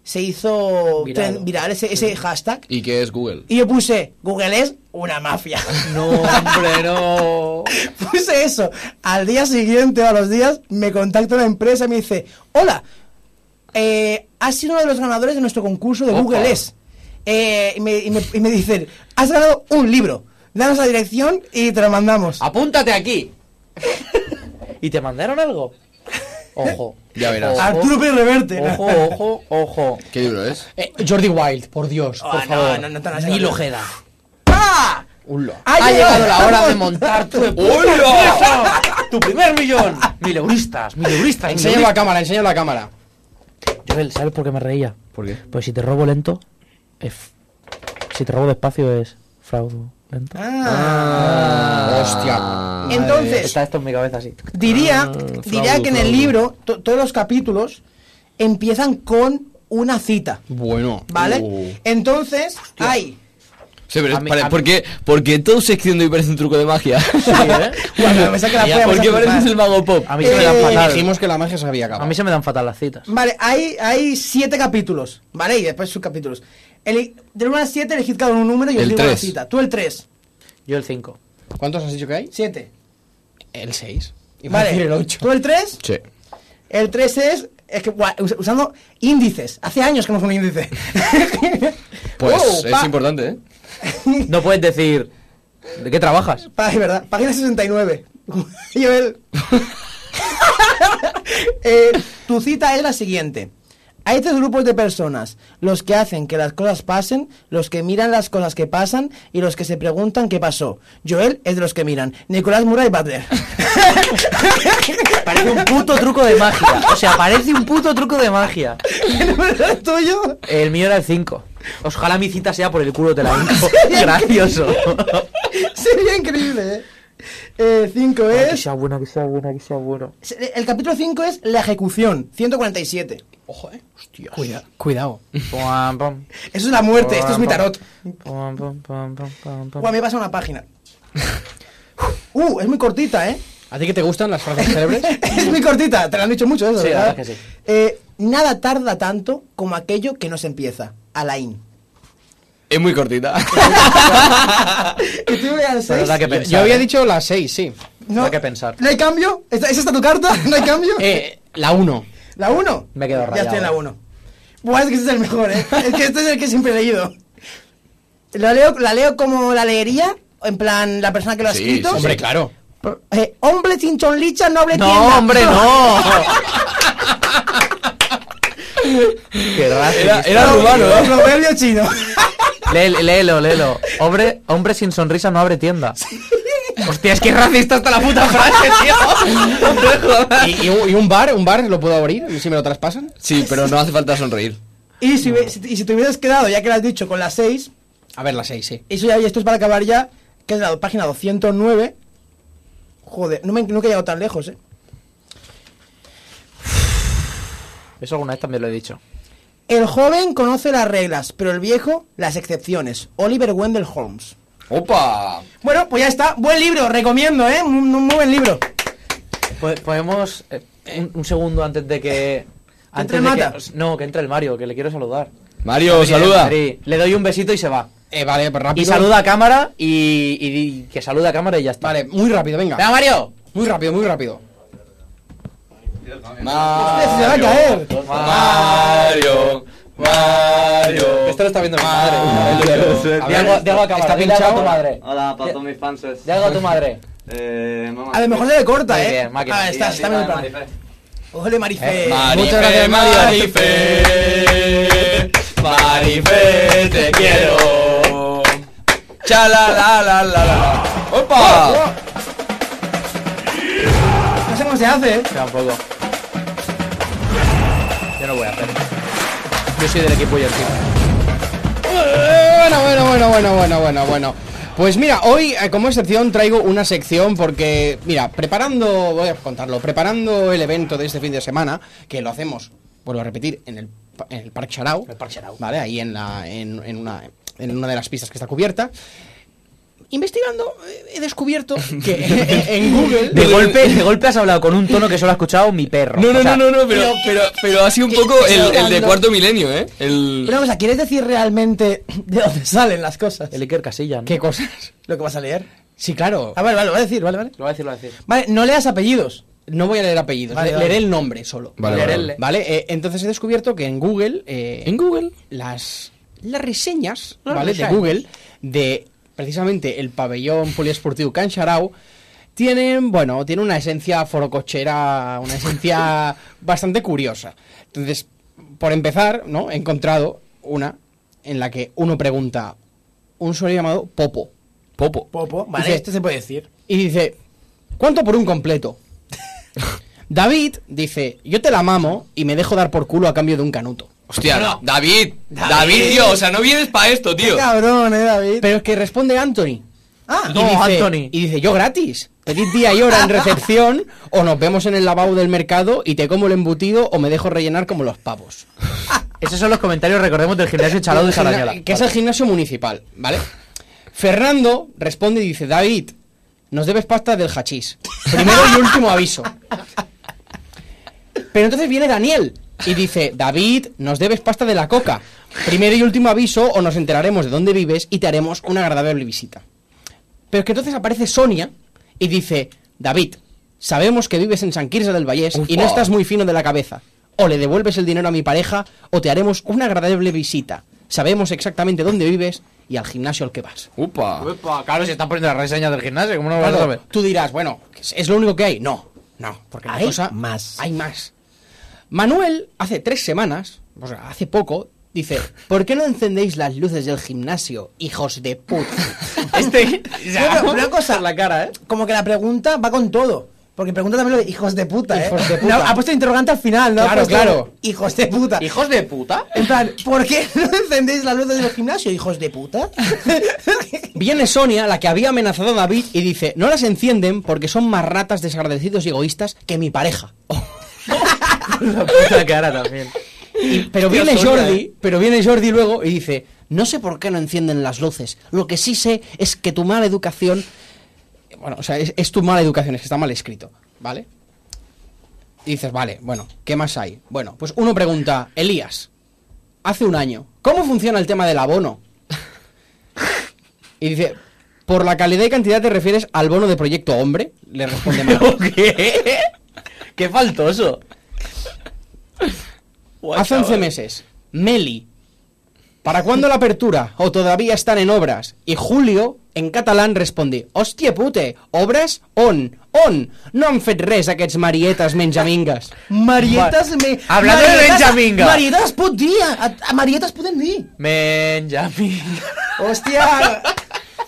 Se hizo
Viral.
tren- viral, ese, ese hashtag.
¿Y qué es Google?
Y yo puse, Google es una mafia.
No, hombre, no.
(laughs) puse eso. Al día siguiente o a los días me contacta la empresa y me dice, hola, eh, has sido uno de los ganadores de nuestro concurso de
Opa.
Google Es. Eh, y, me, y me- y me dicen, has ganado un libro. Danos la dirección y te lo mandamos.
Apúntate aquí. ¿Y te mandaron algo? Ojo.
Ya verás.
Ojo,
Arturo Pérez Reverte. (laughs)
Ojo, ojo, ojo.
¿Qué libro es?
Eh, Jordi Wild, por Dios,
Ah,
por
no,
favor.
no, no te lo has
Daniel
ganado.
Ojeda.
¡Ah!
Ha, llegado la hora (laughs) de montar tu
¡Hola! ¡Tu primer millón! Mil euristas, mil euristas. mil
Enseña la
euristas.
cámara, enseña la cámara.
Joel, ¿sabes por qué me reía?
¿Por qué?
Pues si te robo lento, es. f- Si te robo despacio, es fraudo lento.
Ah.
Ah.
Hostia.
Entonces,
Está Ah, esto en mi cabeza así.
diría, diría que en el libro to- todos los capítulos empiezan con una cita.
Bueno.
¿Vale?
Uh.
Entonces, hay.
Sí, pero
A mí-
para-
a mí-
¿por, qué, ¿Por qué en toda sección de hoy parece un truco de magia?
¿eh?
(laughs)
Cuando me saque la polla,
¿Por
vas a
qué
flipar.
pareces el mago pop?
A mí se me dan
Eh,
fatal.
Dijimos que la magia se había acabado.
A mí se me dan fatal las citas.
Vale, hay, hay siete capítulos, ¿vale? Y después subcapítulos. Eli- del 1 al 7 elegid cada uno un número y os
El
digo la
tres.
cita. Tú el 3.
Yo el 5.
¿Cuántos has dicho que hay?
7.
El 6.
Vale.
el 8.
Tú el 3.
Sí.
El 3 es. Es que guau, us- usando índices. Hace años que no uso un índice. (laughs)
Pues
Oh,
Wow,
es
pa-
importante, ¿eh?
(laughs)
No puedes decir. ¿De qué trabajas?
Pa- es verdad. Página (laughs) 69. Joel. (laughs) Eh, tu cita es la siguiente. Hay tres grupos de personas. Los que hacen que las cosas pasen, los que miran las cosas que pasan y los que se preguntan qué pasó. Joel es de los que miran. Nicolás Murray (laughs) Butler.
Parece un puto truco de magia. O sea, parece un puto truco de magia.
¿El número es tuyo?
El mío era el 5. Ojalá mi cita sea por el culo
(laughs)
de la hinco. Gracioso.
Sería increíble, ¿eh? Eh, cinco
Que
es...
sea bueno, que sea bueno, que sea bueno.
El capítulo 5 es la ejecución. 147.
Ojo, eh. Hostia. cuidado.
Pam, pam,
Eso es la muerte. Esto es mi tarot.
pam, pam, pam, pam, pam, pam.
Buah, me pasa una página. (laughs) Uh, es muy cortita, ¿eh?
¿A ti que te gustan las frases célebres?
(laughs) es muy cortita, te lo han dicho mucho eso,
Sí, la
¿verdad?
verdad que sí.
Eh, nada tarda tanto como aquello que no se empieza. Alain.
Es muy cortita. (laughs)
Y tú veas el
(laughs) La
seis.
verdad que
Yo,
pensar.
yo había
¿eh?
dicho las 6, sí.
no,
habrá que pensar.
¿No hay cambio? ¿Esta- ¿Es esta tu carta? (laughs) ¿No hay cambio?
Eh, la 1.
¿La 1?
Me he quedado
Ya
rayado.
estoy en la 1. Buah, es que este es el mejor, ¿eh? Es que este es el que siempre he leído. La leo, la leo como la leería, en plan, la persona que lo ha
Sí,
escrito.
sí,
Hombre, (laughs) claro.
Eh, hombre sin chonlicha, noble tienda.
No, hombre, no. Qué
Era,
racista.
era rumano, ¿eh?
Proverbio chino.
Lé- léelo, léelo. Hombre, hombre sin sonrisa no abre tienda. Hostia, es que es racista hasta la puta frase, tío.
¿Y, y un y un bar? ¿Un bar lo puedo abrir si me lo traspasan?
Sí, pero no hace falta sonreír.
(laughs) Y si, hubie- si- y si te hubieras quedado, ya que lo has dicho, con las 6,
A ver, las 6, sí.
eso ya, y esto es para acabar ya, que es la página 209. Joder, no me, nunca he llegado tan lejos, ¿eh?
Eso alguna vez también lo he dicho.
El joven conoce las reglas, pero el viejo las excepciones. Oliver Wendell Holmes.
¡Opa!
Bueno, pues ya está. Buen libro, recomiendo, ¿eh? Un, un muy buen libro.
Po- Podemos. eh, un, un segundo antes de que.
entre
Antes
el
de
Mata?
que- no, que entre el Mario, que le quiero saludar.
Mario, saluda.
Madrid. Le doy un besito y se va.
Eh, vale, pues rápido.
Y saluda a cámara y, y di- que saluda a cámara y ya está.
Vale, muy rápido,
¡Venga,
venga.
Mario!
Muy rápido, muy rápido.
Se va a caer.
Mario. Mario.
Esto lo está viendo mi madre.
Mario.
Di algo, di algo a cámara.
está
dile algo a
pinchado.
tu madre.
Hola para todos mis fans. es-
Di algo a tu madre.
Eh, mamá.
A lo mejor se le corta,
Muy
¿eh?
bien, máquina.
Ah, está,
Sí,
está
sí,
bien el
vale,
plan.
Marife.
Ojalá,
Eh,
Marife.
Muchas gracias, Mario. Marife, Marife, te quiero. Chala, la, la, la, la. ¡Opa!
No sé cómo se hace, ¿eh?
Tampoco. Yo no voy a hacer. Yo soy del equipo y el equipo.
Bueno, bueno, bueno, bueno, bueno, bueno, bueno. Pues mira, hoy eh, como excepción traigo una sección porque, mira, preparando, voy a contarlo, preparando el evento de este fin de semana, que lo hacemos, vuelvo a repetir, en el, pa- en el Parque Charao. Vale, ahí en, la, en, en una, en una de las pistas que está cubierta. Investigando, eh, he descubierto que
(laughs)
en- en Google...
De golpe, de golpe has hablado con un tono que solo ha escuchado mi perro.
No, no,
O sea,
no, no, no, pero, pero, pero ha sido un poco
qué
el, el de
llorando.
cuarto milenio, ¿eh? El...
Pero, o sea, ¿quieres decir realmente (clears throat) de dónde salen las cosas?
El Iker Casilla, ¿no?
¿Qué cosas?
Lo que vas a leer.
Sí, claro.
Ah, vale, vale, lo voy a decir, vale, vale.
Lo va a decir, lo va a decir.
Vale, no leas apellidos.
No voy a leer apellidos,
Vale,
le-
vale.
leeré el nombre solo.
Vale,
Leeré
vale.
el- Vale, eh, entonces he descubierto que en Google... eh,
En Google.
las, las reseñas,
Las
¿vale?
reseñas.
De Google, de precisamente el pabellón poliesportivo Can Sharau, tienen, bueno, tiene una esencia forocochera, una esencia bastante curiosa. Entonces, por empezar, ¿no? He encontrado una en la que uno pregunta un usuario llamado Popo.
Popo.
Popo, vale, este
Dice- (laughs)
esto se puede decir.
Y dice, ¿cuánto por un completo? David dice, yo te la mamo y me dejo dar por culo a cambio de un canuto.
Hostia, David, David. tío. O sea, no vienes para esto, tío.
Cabrón, eh, David.
Pero es que responde Anthony.
Ah,
Y
No,
dice-
Anthony.
Y dice, yo gratis. Pedid día y hora en recepción o nos vemos en el lavabo del mercado y te como el embutido o me dejo rellenar como los pavos.
Esos son los comentarios, recordemos, del gimnasio Chalado de Sardañola.
Que es el gimnasio municipal, ¿vale? Fernando responde y dice, David, nos debes pasta del hachís. Primero y último aviso. Pero entonces viene Daniel y dice, David, nos debes pasta de la coca. Primero y último aviso o nos enteraremos de dónde vives y te haremos una agradable visita. Pero es que entonces aparece Sonia y dice, David, sabemos que vives en San Quirze del Vallés y no estás muy fino de la cabeza. O le devuelves el dinero a mi pareja o te haremos una agradable visita. Sabemos exactamente dónde vives y al gimnasio al que vas.
Upa.
Upa, claro, si están poniendo las reseñas del gimnasio, ¿cómo no lo vas a
Claro,
saber?
tú dirás, bueno, ¿es lo único que hay? No, no, porque la
Hay
cosa-
más.
Hay más. Manuel, hace tres semanas, o sea, hace poco, dice, ¿por qué no encendéis las luces del gimnasio, hijos
(laughs)
de puta?
Este,
Bueno, pero una cosa,
la cara, ¿eh?
como que la pregunta va con todo. Porque pregunta también lo de hijos de puta, ¿eh?
Hijos de puta.
No, ha puesto interrogante al final, ¿no? Ha
Claro,
puesto
claro.
Hijos de puta.
¿Hijos de
(laughs)
puta?
En plan, ¿por qué no encendéis las luces del gimnasio, hijos de puta? (laughs)
Viene Sonia, la que había amenazado a David, y dice, no las encienden porque son más ratas, desagradecidos y egoístas que mi pareja. (laughs)
La puta cara también.
Pero
Hostia,
viene
Sonia,
Jordi,
¿eh?
pero viene Jordi luego y dice, no sé por qué no encienden las luces. Lo que sí sé es que tu mala educación, bueno, o sea, es, es tu mala educación, es que está mal escrito, ¿vale? Y dices, vale, bueno, ¿qué más hay? Bueno, pues uno pregunta, Elías, hace un año, ¿cómo funciona el tema del abono? Y dice, ¿por la calidad y cantidad te refieres al bono de proyecto hombre?
(laughs)
Le responde Manuel.
¿Qué? (laughs) ¡Qué faltoso! Guau,
Hace 11
chaval.
meses, Meli. ¿Para cuándo la apertura? ¿O todavía están en obras? Y Julio, en catalán, respondí Hòstia pute, obres on, on. No han fet res aquests marietes menjamingues.
Marietas me...
Hablando de
Marietas-
Benjaminga.
Marietas pot dir, a, a Marietas poden dir.
Benjamin.
Hostia.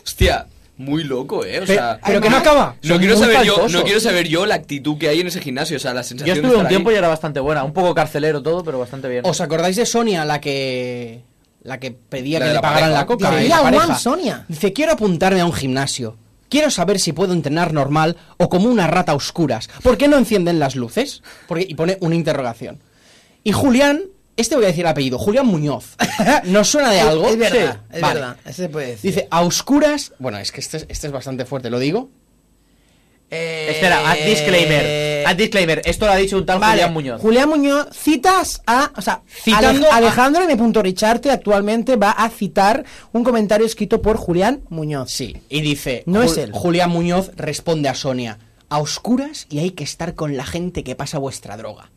Hostia, muy loco, ¿eh? O
Pe-
sea,
pero que no acaba.
No quiero,
muy
saber yo,
faltosos.
no quiero saber yo la actitud que hay en ese gimnasio, o sea, la
Yo
sensación de
estuve
estar
un tiempo
ahí.
y era bastante buena. Un poco carcelero todo, pero bastante bien.
¿Os acordáis de Sonia, la que... La que pedía
La
que
de
le
la
pagaran
pareja.
la coca.
Dice,
y
"Ya,
la pareja".
Juan, Sonia.
Dice, quiero apuntarme a un gimnasio. Quiero saber si puedo entrenar normal o como una rata a oscuras. ¿Por qué no encienden las luces? Porque, y pone una interrogación. Y Julián, este voy a decir el apellido, Julián Muñoz. (laughs) ¿Nos suena de algo?
Es verdad,
Sí.
es
Vale.
verdad. Eso se puede decir.
Dice, a oscuras... Bueno, es que este, es- este es bastante fuerte, ¿lo digo?
Eh,
Espera, haz disclaimer. Haz disclaimer. Esto lo ha dicho un tal
Vale,
Julián Muñoz.
Julián Muñoz, citas a. O sea,
Citando
Alej-
a-
Alejandro M. Richarte actualmente va a citar un comentario escrito por Julián Muñoz.
Sí. Y dice,
No es él.
Julián Muñoz responde a Sonia, a oscuras y hay que estar con la gente que pasa vuestra droga.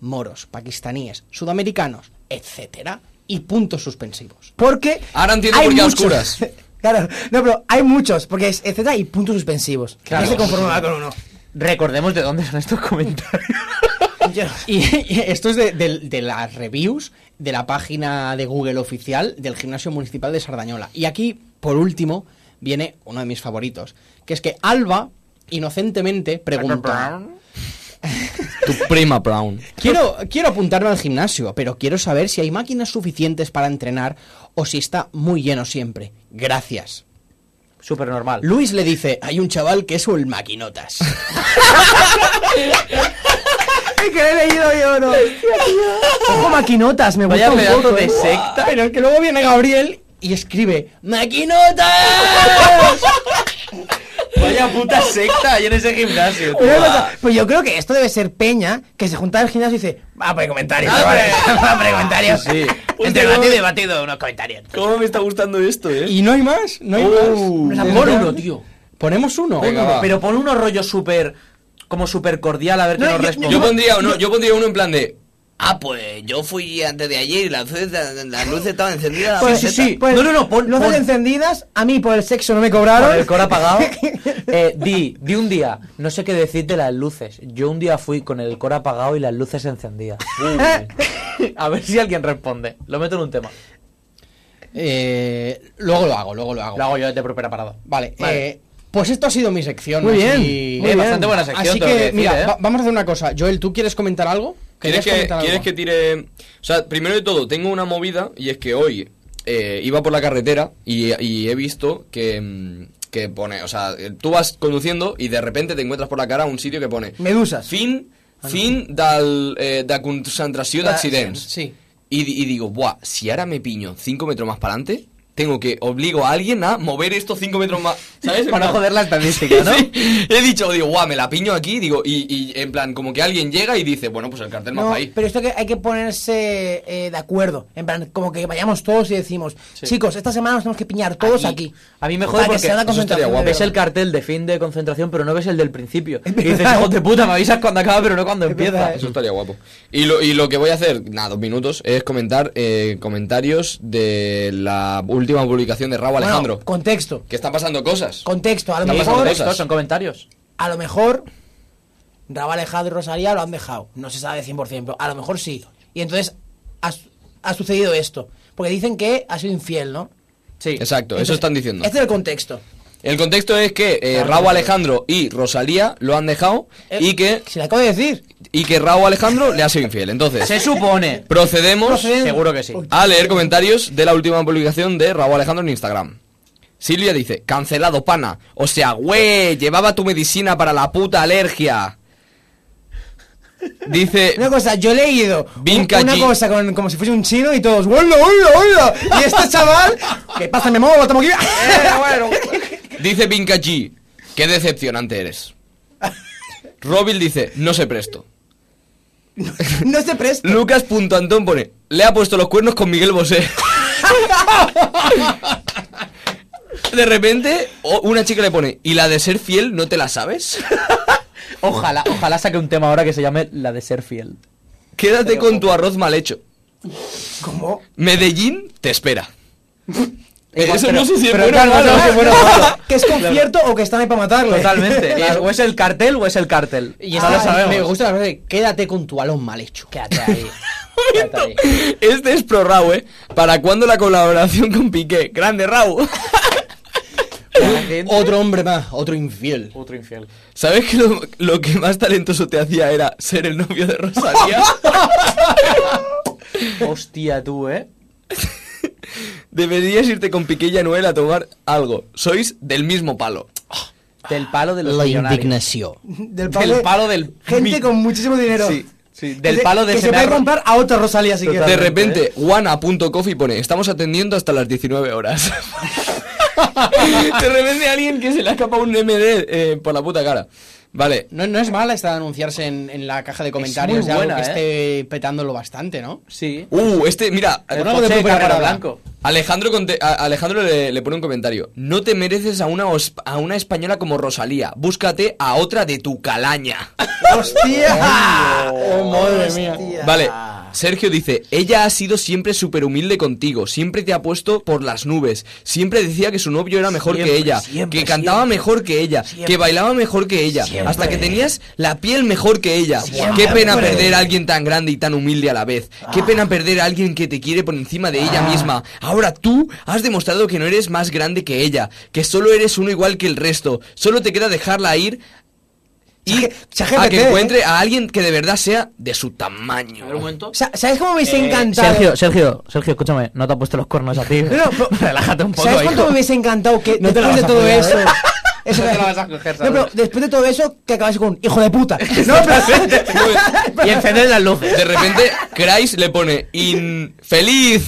Moros, pakistaníes, sudamericanos, etcétera, y puntos suspensivos.
Porque. (laughs)
Ahora entiendo
hay
por qué a
muchos.
(laughs)
oscuras.
claro, no, pero hay muchos, porque es etcétera y puntos suspensivos.
Claro.
No se conforma con uno.
Recordemos de dónde son estos
(laughs)
comentarios.
Y, y esto es de, del- de las reviews de la página de Google oficial del Gimnasio Municipal de Sardañola. Y aquí, por último, viene uno de mis favoritos, que es que Alba inocentemente pregunta...
Tu prima Brown.
Quiero, quiero apuntarme al gimnasio, pero quiero saber si hay máquinas suficientes para entrenar o si está muy lleno siempre. Gracias.
Súper normal.
Luis le dice, hay un chaval que es un maquinotas. (laughs)
Ay, que lo he leído yo,
(laughs)
no. Ojo, maquinotas, me gusta
Vaya
un
pedazo
poco.
de
¿eh?
secta.
Pero es que luego viene Gabriel y escribe, ¡Maquinotas!
Vaya puta secta hay en ese gimnasio. tío.
Una cosa, pues yo creo que esto debe ser Peña que se junta al gimnasio y dice: Va a poner comentarios, chavales, va a poner comentarios.
Sí.
Entre batido y batido, unos comentarios.
¿Cómo me está gustando esto, eh?
Y no hay más, no hay
Uh,
más.
pon uno, tío.
Ponemos uno.
Venga, va.
Pero pon uno rollo súper. Como súper cordial a ver qué
No,
nos
yo-
responde.
Yo pondría uno, yo pondría uno en plan de. Ah, pues yo fui antes de ayer y las luces, las luces estaban encendidas.
Pues,
sí, sí.
pues,
No, no, no, pon-
luces
pon.
encendidas, a mí por el sexo no me
Con
cobraron.
el cor apagado. Eh, di, di un día. No sé qué decir de las luces. Yo un día fui con el cor apagado y las
(laughs)
luces encendidas. A ver si alguien responde. Lo meto en un tema.
Eh, luego lo hago, luego lo hago.
Lo hago yo de propia parada.
Vale,
Vale.
eh, pues esto ha sido mi sección.
Muy bien,
así-
muy Eh, bastante bien.
buena sección,
Así que,
tengo que decir,
mira,
eh.
va- vamos a hacer una cosa. Joel, ¿tú quieres comentar algo?
¿Quieres
¿Querías
que,
comentar
¿Quieres
algo?
que tire.? O sea, primero de todo, tengo una movida y es que hoy eh, iba por la carretera y, y he visto que mm, que pone, o sea, tú vas conduciendo y de repente te encuentras por la cara un sitio que pone
Medusas.
Fin, fin del, eh, de concentració
Ah,
d'accidents.
sí.
Y, di- y digo, buah, si ahora me piño 5 metros más para adelante, tengo que obligo a alguien a mover estos 5 metros más,
(laughs)
¿sabes? En
Para
plan-
joder la estadística, ¿no?
(laughs) Sí, He dicho, digo, guau, me la piño aquí, digo, y, y en plan, como que alguien llega y dice, bueno, pues el cartel más
No,
pa' ahí.
pero esto que hay que ponerse eh, de acuerdo. En plan, como que vayamos todos y decimos, chicos, esta semana nos tenemos que piñar todos aquí.
A mí me
Para
jode
que
porque
sea una concentración de
ves
verdad.
el cartel de fin de concentración, pero no ves el del principio. Y
verdad.
dices, hijo de puta, me avisas cuando acaba, pero no cuando empieza.
Eso estaría guapo. Y lo, y lo que voy a hacer, nada, dos minutos, es comentar eh, comentarios de la última publicación de Raúl
Bueno,
Alejandro.
contexto.
que están pasando cosas.
Contexto. A lo
Están pasando
mejor,
cosas.
Son comentarios.
a lo mejor, Raúl Alejandro y Rosalía lo han dejado. No se sabe 100%, pero a lo mejor sí. Y entonces ha, su- ha sucedido esto. Porque dicen que ha sido infiel, ¿no?
Sí.
Exacto, eso
Entonces,
están diciendo.
Este es el contexto.
El contexto es que eh, Raúl Alejandro y Rosalía lo han dejado
Eh,
y que
Eh, Se le acabo de decir.
y que Raúl Alejandro le ha sido infiel. Entonces,
Se supone.
procedemos
Seguro que sí.
a leer comentarios de la última publicación de Raúl Alejandro en Instagram. Silvia dice, cancelado pana. O sea, güey, llevaba tu medicina para la puta alergia.
(laughs)
Dice,
Una cosa, yo he leído un-
Vinca
una
G.
cosa con- como si fuese un chino y todos, ¡hola, hola, hola! Y este chaval, ¿qué pasa? Me muevo, estamos aquí.
Eh,
Dice Vinca G, qué decepcionante eres. Robil dice, no se presto.
(laughs) no se presta.
Lucas.antón pone, le ha puesto los cuernos con Miguel Bosé. De repente, o- una chica le pone, ¿y la de ser fiel no te la sabes?
Ojalá, ojalá saque un tema ahora que se llame la de ser fiel.
Quédate con tu arroz mal hecho.
¿Cómo?
Medellín
(laughs)
te espera. Eso
pero-
no sé si es
pero
bueno o
calma,
malo.
no, (laughs) que bueno,
(laughs)
malo.
¿Que es concierto o que están ahí para matarlo?
(laughs) Totalmente. O es el cartel o es el cartel.
Y
no lo
esta-
sabemos.
me gusta la frase de quédate con tu balón mal hecho.
Quédate ahí. Quédate ahí.
Este es pro Raúl, ¿eh? ¿Para cuándo la colaboración con Piqué? Grande Raúl. (laughs)
Otro hombre más, otro infiel.
Otro infiel.
¿Sabes que lo, lo que más talentoso te hacía era ser el novio
(laughs)
de Rosalía?
Hostia, tú, ¿eh?
Deberías irte con Piqué y Anuel a tomar algo. Sois del mismo palo.
Del palo de los
La
millonarios.
indignación.
Del
Del palo del...
Gente
mi-
con muchísimo dinero.
Sí, sí, del palo de
Que se
ese
puede
narro.
comprar a otra Rosalía si
Total.
quieres.
De
Totalmente,
repente, guana.coffee pone, estamos atendiendo hasta las 19
(laughs)
horas. De repente alguien que se le ha escapado un MD eh, por la puta cara. Vale,
No, no es mala esta de anunciarse en, en la caja de comentarios
muy
de algo
buena,
que esté petándolo bastante, ¿no?
Sí.
Uh, este, mira,
El
Alejandro-
coche de
primera
carrera
parada.
blanco.
Alejandro, Conte- a- Alejandro le, le pone un comentario. No te mereces a una, os- a una española como Rosalía. Búscate a otra de tu calaña. (laughs)
¡Hostia! ¡Oh, madre mía!
Vale. Sergio dice, ella ha sido siempre súper humilde contigo, siempre te ha puesto por las nubes, siempre decía que su novio era mejor que ella, que cantaba mejor que ella, que bailaba mejor que ella, hasta que tenías la piel mejor que ella. Qué pena perder a alguien tan grande y tan humilde a la vez, qué pena perder a alguien que te quiere por encima de ella misma. Ahora tú has demostrado que no eres más grande que ella, que solo eres uno igual que el resto, solo te queda dejarla ir. Y
ChatGPT,
a que
¿eh?
encuentre a alguien que de verdad sea de su tamaño.
O sea, ¿Sabes cómo me
Eh,
hubiese encantado?
Sergio, Sergio, Sergio, escúchame, no te has puesto los cuernos a ti.
No, no, pero-
(laughs) Relájate un poco,
¿Sabes cuánto me
hijo.
hubiese encantado que
No te la
después de
vas a
todo
follar,
eso?
¿eh?
(laughs) eso
No te la vas a coger,
No, pero
¿sabes?
después de todo eso, que acabase con un hijo de
(laughs)
puta. No, (laughs) pero. (laughs)
Y encender las luces.
De repente, Christ le pone infeliz.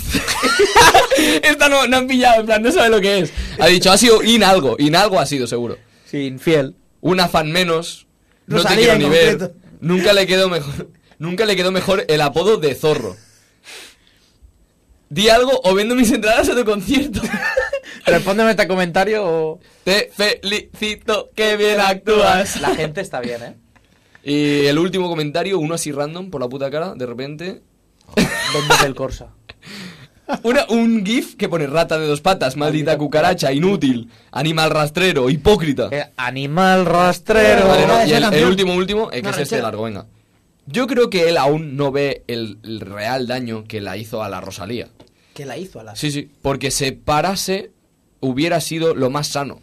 (laughs) Esta no, no han pillado, en plan, no sabe lo que es. Ha dicho, ha sido in algo, in algo ha sido seguro.
Sí, infiel.
Una fan menos, no
Rosalía
te quiero
en
ni ver.
concreto.
Nunca le quedó mejor, nunca le quedó mejor el apodo de zorro. Di algo o vendo mis entradas a
(laughs)
tu concierto.
Respóndeme este comentario o...
Te felicito, que bien actúas.
La gente está bien, ¿eh?
Y el último comentario, uno así random por la puta cara, de repente.
Véndete el Corsa.
Una- un GIF que pone rata de dos patas, maldita cucaracha, inútil, animal rastrero, hipócrita.
(laughs) Eh, animal (laughs) rastrero.
Vale, no,
esa
y el, el
canción.
último, último, eh, que
Una
es este
rechera.
largo, venga. Yo creo que él aún no ve el, el real daño que la hizo a la Rosalía.
Que la hizo a la.
Sí, sí, porque separarse hubiera sido lo más sano.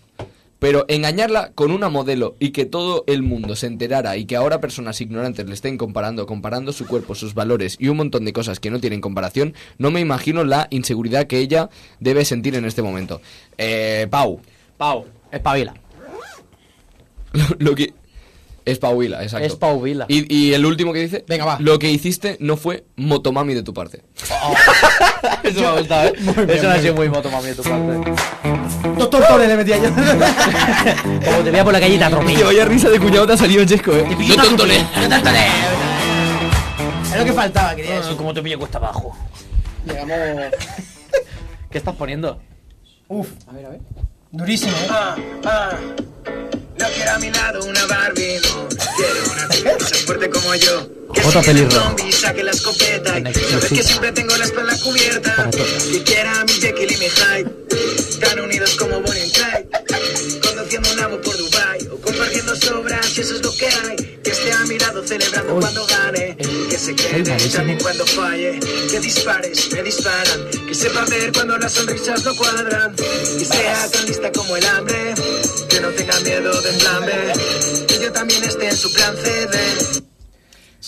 Pero engañarla con una modelo y que todo el mundo se enterara y que ahora personas ignorantes le estén comparando, comparando su cuerpo, sus valores y un montón de cosas que no tienen comparación, no me imagino la inseguridad que ella debe sentir en este momento. Eh, Pau,
Pau.
Espabila.
(laughs) Lo que. Espabila, exacto.
Espabila.
Y, y el último que dice. Venga, va. Lo que hiciste no fue motomami de tu parte.
Eso me ha gustado, ¿eh? Eso no ha sido muy moto, mami, de tu parte.
Doctor Torres le metía yo.
(laughs)
Como te vea por la calle, te atropello.
Que vaya risa de cuñado te ha salido Chesco, eh. No
te
tontolé.
Es lo que faltaba, quería
eso. Como te pillo cuesta abajo.
Llegamos.
¿Qué estás poniendo?
Uf, a ver, a ver. Durísimo, ¿eh?
No Ah, quiero a mi lado una Barbie, no. Quiero una chica tan fuerte como yo. Que
Otra
se meta
pelirroja.
zombie y saque la escopeta.
Una
Y sabes
exorcista.
que siempre tengo la espalda cubierta. Que quiera a mi Jekyll y mi Hyde. Tan unidos como Bonnie and Clyde. Conduciendo un amo por Dubai o compartiendo sobras, y eso es lo que hay. Que esté a mi lado celebrando cuando gane. Que se quede también cuando falle. Que dispares, me disparan. Que sepa ver cuando las sonrisas no cuadran. Que sea tan lista como el hambre. Que no tenga miedo de entambe. Que yo también esté en su plan CD.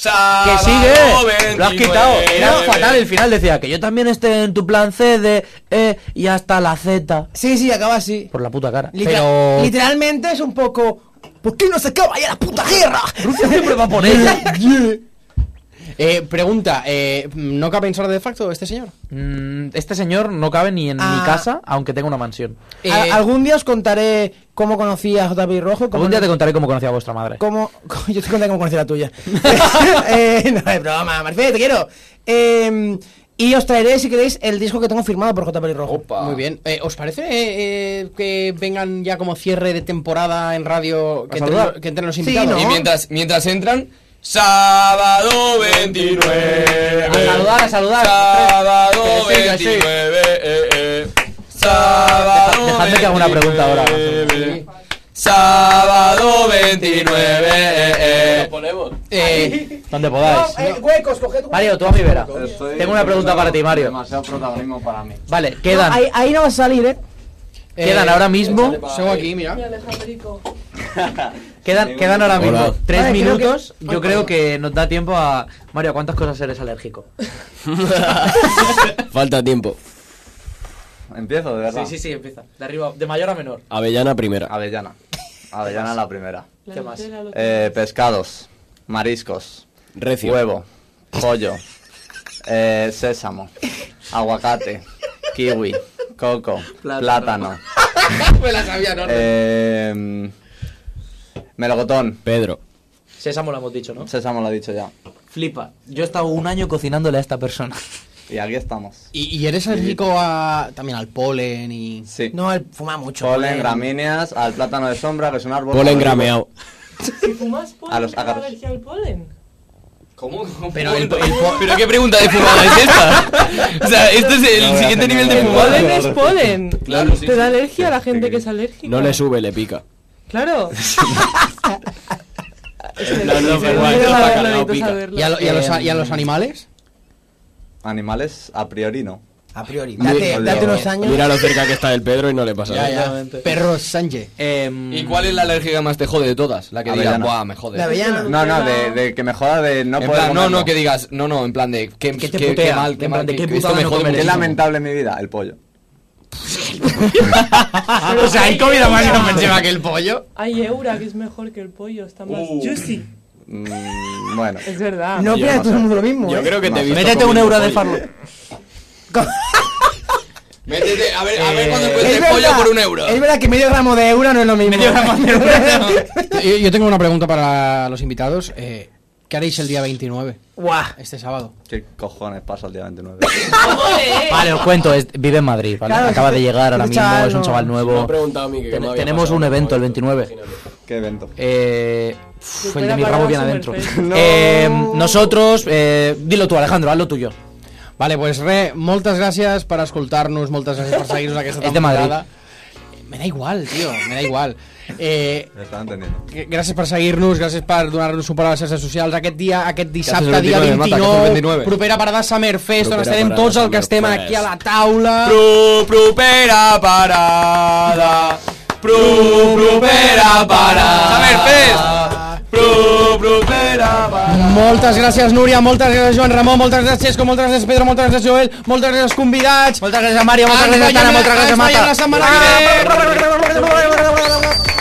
¡Que sigue! eh. Lo has quitado. Era fatal el final. Decía que yo también esté en tu plan C de E y hasta la Z.
Sí, sí, acaba así.
Por la puta cara.
Literal-
Pero.
Literalmente es un poco. ¿Por qué no se acaba ya la puta guerra?
Rusia (laughs) siempre va a poner.
Eh, pregunta, eh, ¿no cabe pensar de facto este señor?
Mm, Este señor no cabe ni en
Ah.
mi casa, aunque tenga una mansión.
(laughs)
Eh,
A- algún día os contaré cómo conocí a JP Rojo. y Cómo
Algún día te contaré cómo conocí a vuestra madre.
cómo- cómo- (laughs) yo te contaré cómo conocí a la
(laughs)
tuya. Eh, no es broma, Marcelo, te quiero. Eh, y os traeré, si queréis, el disco que tengo firmado por JP Rojo.
Opa.
Muy bien. Eh, ¿Os parece eh, eh, que vengan ya como cierre de temporada en radio que, entren,
saludar?
lo- que entren los
Sí,
invitados?
¿no?
Y mientras, mientras entran. Sábado 29.
A saludar, a saludar.
Sábado
Que sí, que sí.
29. eh, eh. Sábado
Deja- dejadme que haga una pregunta ahora.
29. Sábado 29. eh, eh.
ponemos?
Eh,
Donde podáis.
huecos, coged
Mario, tú a mi vera.
Estoy
Tengo una pregunta
demasiado-
para ti, Mario.
Demasiado protagonismo para mí.
Vale, quedan.
ahí, ahí no vas a salir, ¿eh?
Quedan ahora mismo.
échale pa-
sigo aquí, mira.
Quedan, quedan ahora mismo
Hola.
tres
Vale, creo
minutos.
que-
Yo creo que nos da tiempo a. Mario, ¿a cuántas cosas
(laughs)
eres alérgico?
Falta tiempo.
Empiezo, de verdad.
sí, empieza. De arriba, de mayor a menor.
Avellana primera.
Avellana. Avellana la primera.
¿Qué más?
Eh, pescados, mariscos,
Recio.
huevo, pollo, eh, sésamo, aguacate, kiwi, coco,
(laughs)
plátano,
Me la sabía, ¿no?
eh, melocotón.
Pedro.
Sésamo lo hemos dicho, ¿no?
Sésamo lo he dicho ya.
Flipa. Yo he estado un año cocinándole a esta persona.
Y aquí estamos.
¿Y, y eres alérgico a, también al polen y...
Sí.
No, él fuma mucho.
Polen, gramíneas, al plátano de sombra, que es un árbol.
Polen grameado.
Si fumas polen,
A los
¿te da
ácaros.
alergia al polen.
¿Cómo?
Pero el- el po-
Pero qué pregunta de fumada es esta. O sea, este es el siguiente nivel de fumada.
Polen es polen.
Claro, sí,
Te da
sí.
alergia a la gente que es alérgica.
No le sube, le pica.
Claro.
No, no, pero
Necesito
no
saberlo,
pica, no
necesito
pica.
saberlo.
¿Y a, lo- y a los, a- y a los animales?
Animales, a priori no.
A priori.
Mira-
Date, date unos años.
Mira lo cerca que está el Pedro y no le pasa nada.
Perro Sánchez. Em,
¿Y cuál es la alérgica más te jode de todas? La que digas,
Avellana.
buah, me jode.
La avellana.
No, no, de, de que me joda Ah, de no
En
poder.
plan, no,
comerlo.
no, que digas, no, no, en plan de, qué,
Que te
qué- qué
putea,
mal, qué
en
mal,
plan de
que-
qué
que esto
putada
me
no
jode
comer
Qué
muchísimo.
lamentable en mi vida, el pollo.
o sea, ¿hay comida más que no me lleva que el pollo?
Hay Eura, que es mejor que el pollo, está más juicy.
Mm, bueno.
Es verdad.
No opinas
no
todo el
sé.
mundo lo mismo.
Yo
¿eh?
creo que te he visto
Métete un
comiendo
euro
pollo.
de farlo.
Métete, a ver, a ver cuando
Es
encuentres
verdad-
pollo por un euro.
Es verdad que medio gramo de euro no es lo mismo.
Medio gramo de euro. yo, yo tengo una pregunta para los invitados. eh, ¿Qué haréis el día 29?
Guau.
Este sábado.
¿Qué cojones pasa el día 29?
Eh, Vale, os cuento, es- vive en Madrid, ¿vale?
Claro,
Acaba
es-
de llegar ahora
es un
mismo,
chaval
es un
no-
chaval
Me
nuevo.
ha preguntado a mí que
Ten-
qué me había
tenemos
pasado
un
con
evento
esto.
el 29.
¿Qué evento?
Eh, pf, el de
Supera
mi
para
rabo
la
bien adentro. (laughs)
Summerfest.
Eh, nosotros, eh, dilo tú, Alejandro, haz lo tuyo.
Vale, pues re, moltes gràcies per escoltar-nos, moltes gràcies per seguir-nos aquesta
És de Madrid.
temporada. Me da igual, tío, me da igual. Eh,
Me estaba entendiendo.
gràcies per seguir-nos, gràcies per donar-nos suport a les xarxes socials. Aquest dia, aquest
Que
dissabte,
haces el
dia
29, Marta, que
29,
haces el 29.
propera parada Summer Fest, on
Propera
estarem
parada
tots el que
Summer
estem
Fest.
aquí a la taula.
Pru, prupera parada. Pru, prupera parada. Summerfest.
Moltes gràcies, Núria, moltes gràcies, Joan Ramon, moltes gràcies, Xesco, moltes gràcies, Pedro, moltes gràcies, Joel, moltes gràcies, convidats. Moltes gràcies,
Mario, moltes gràcies, Tana, moltes gràcies, Marta.
Ens veiem la setmana que ve.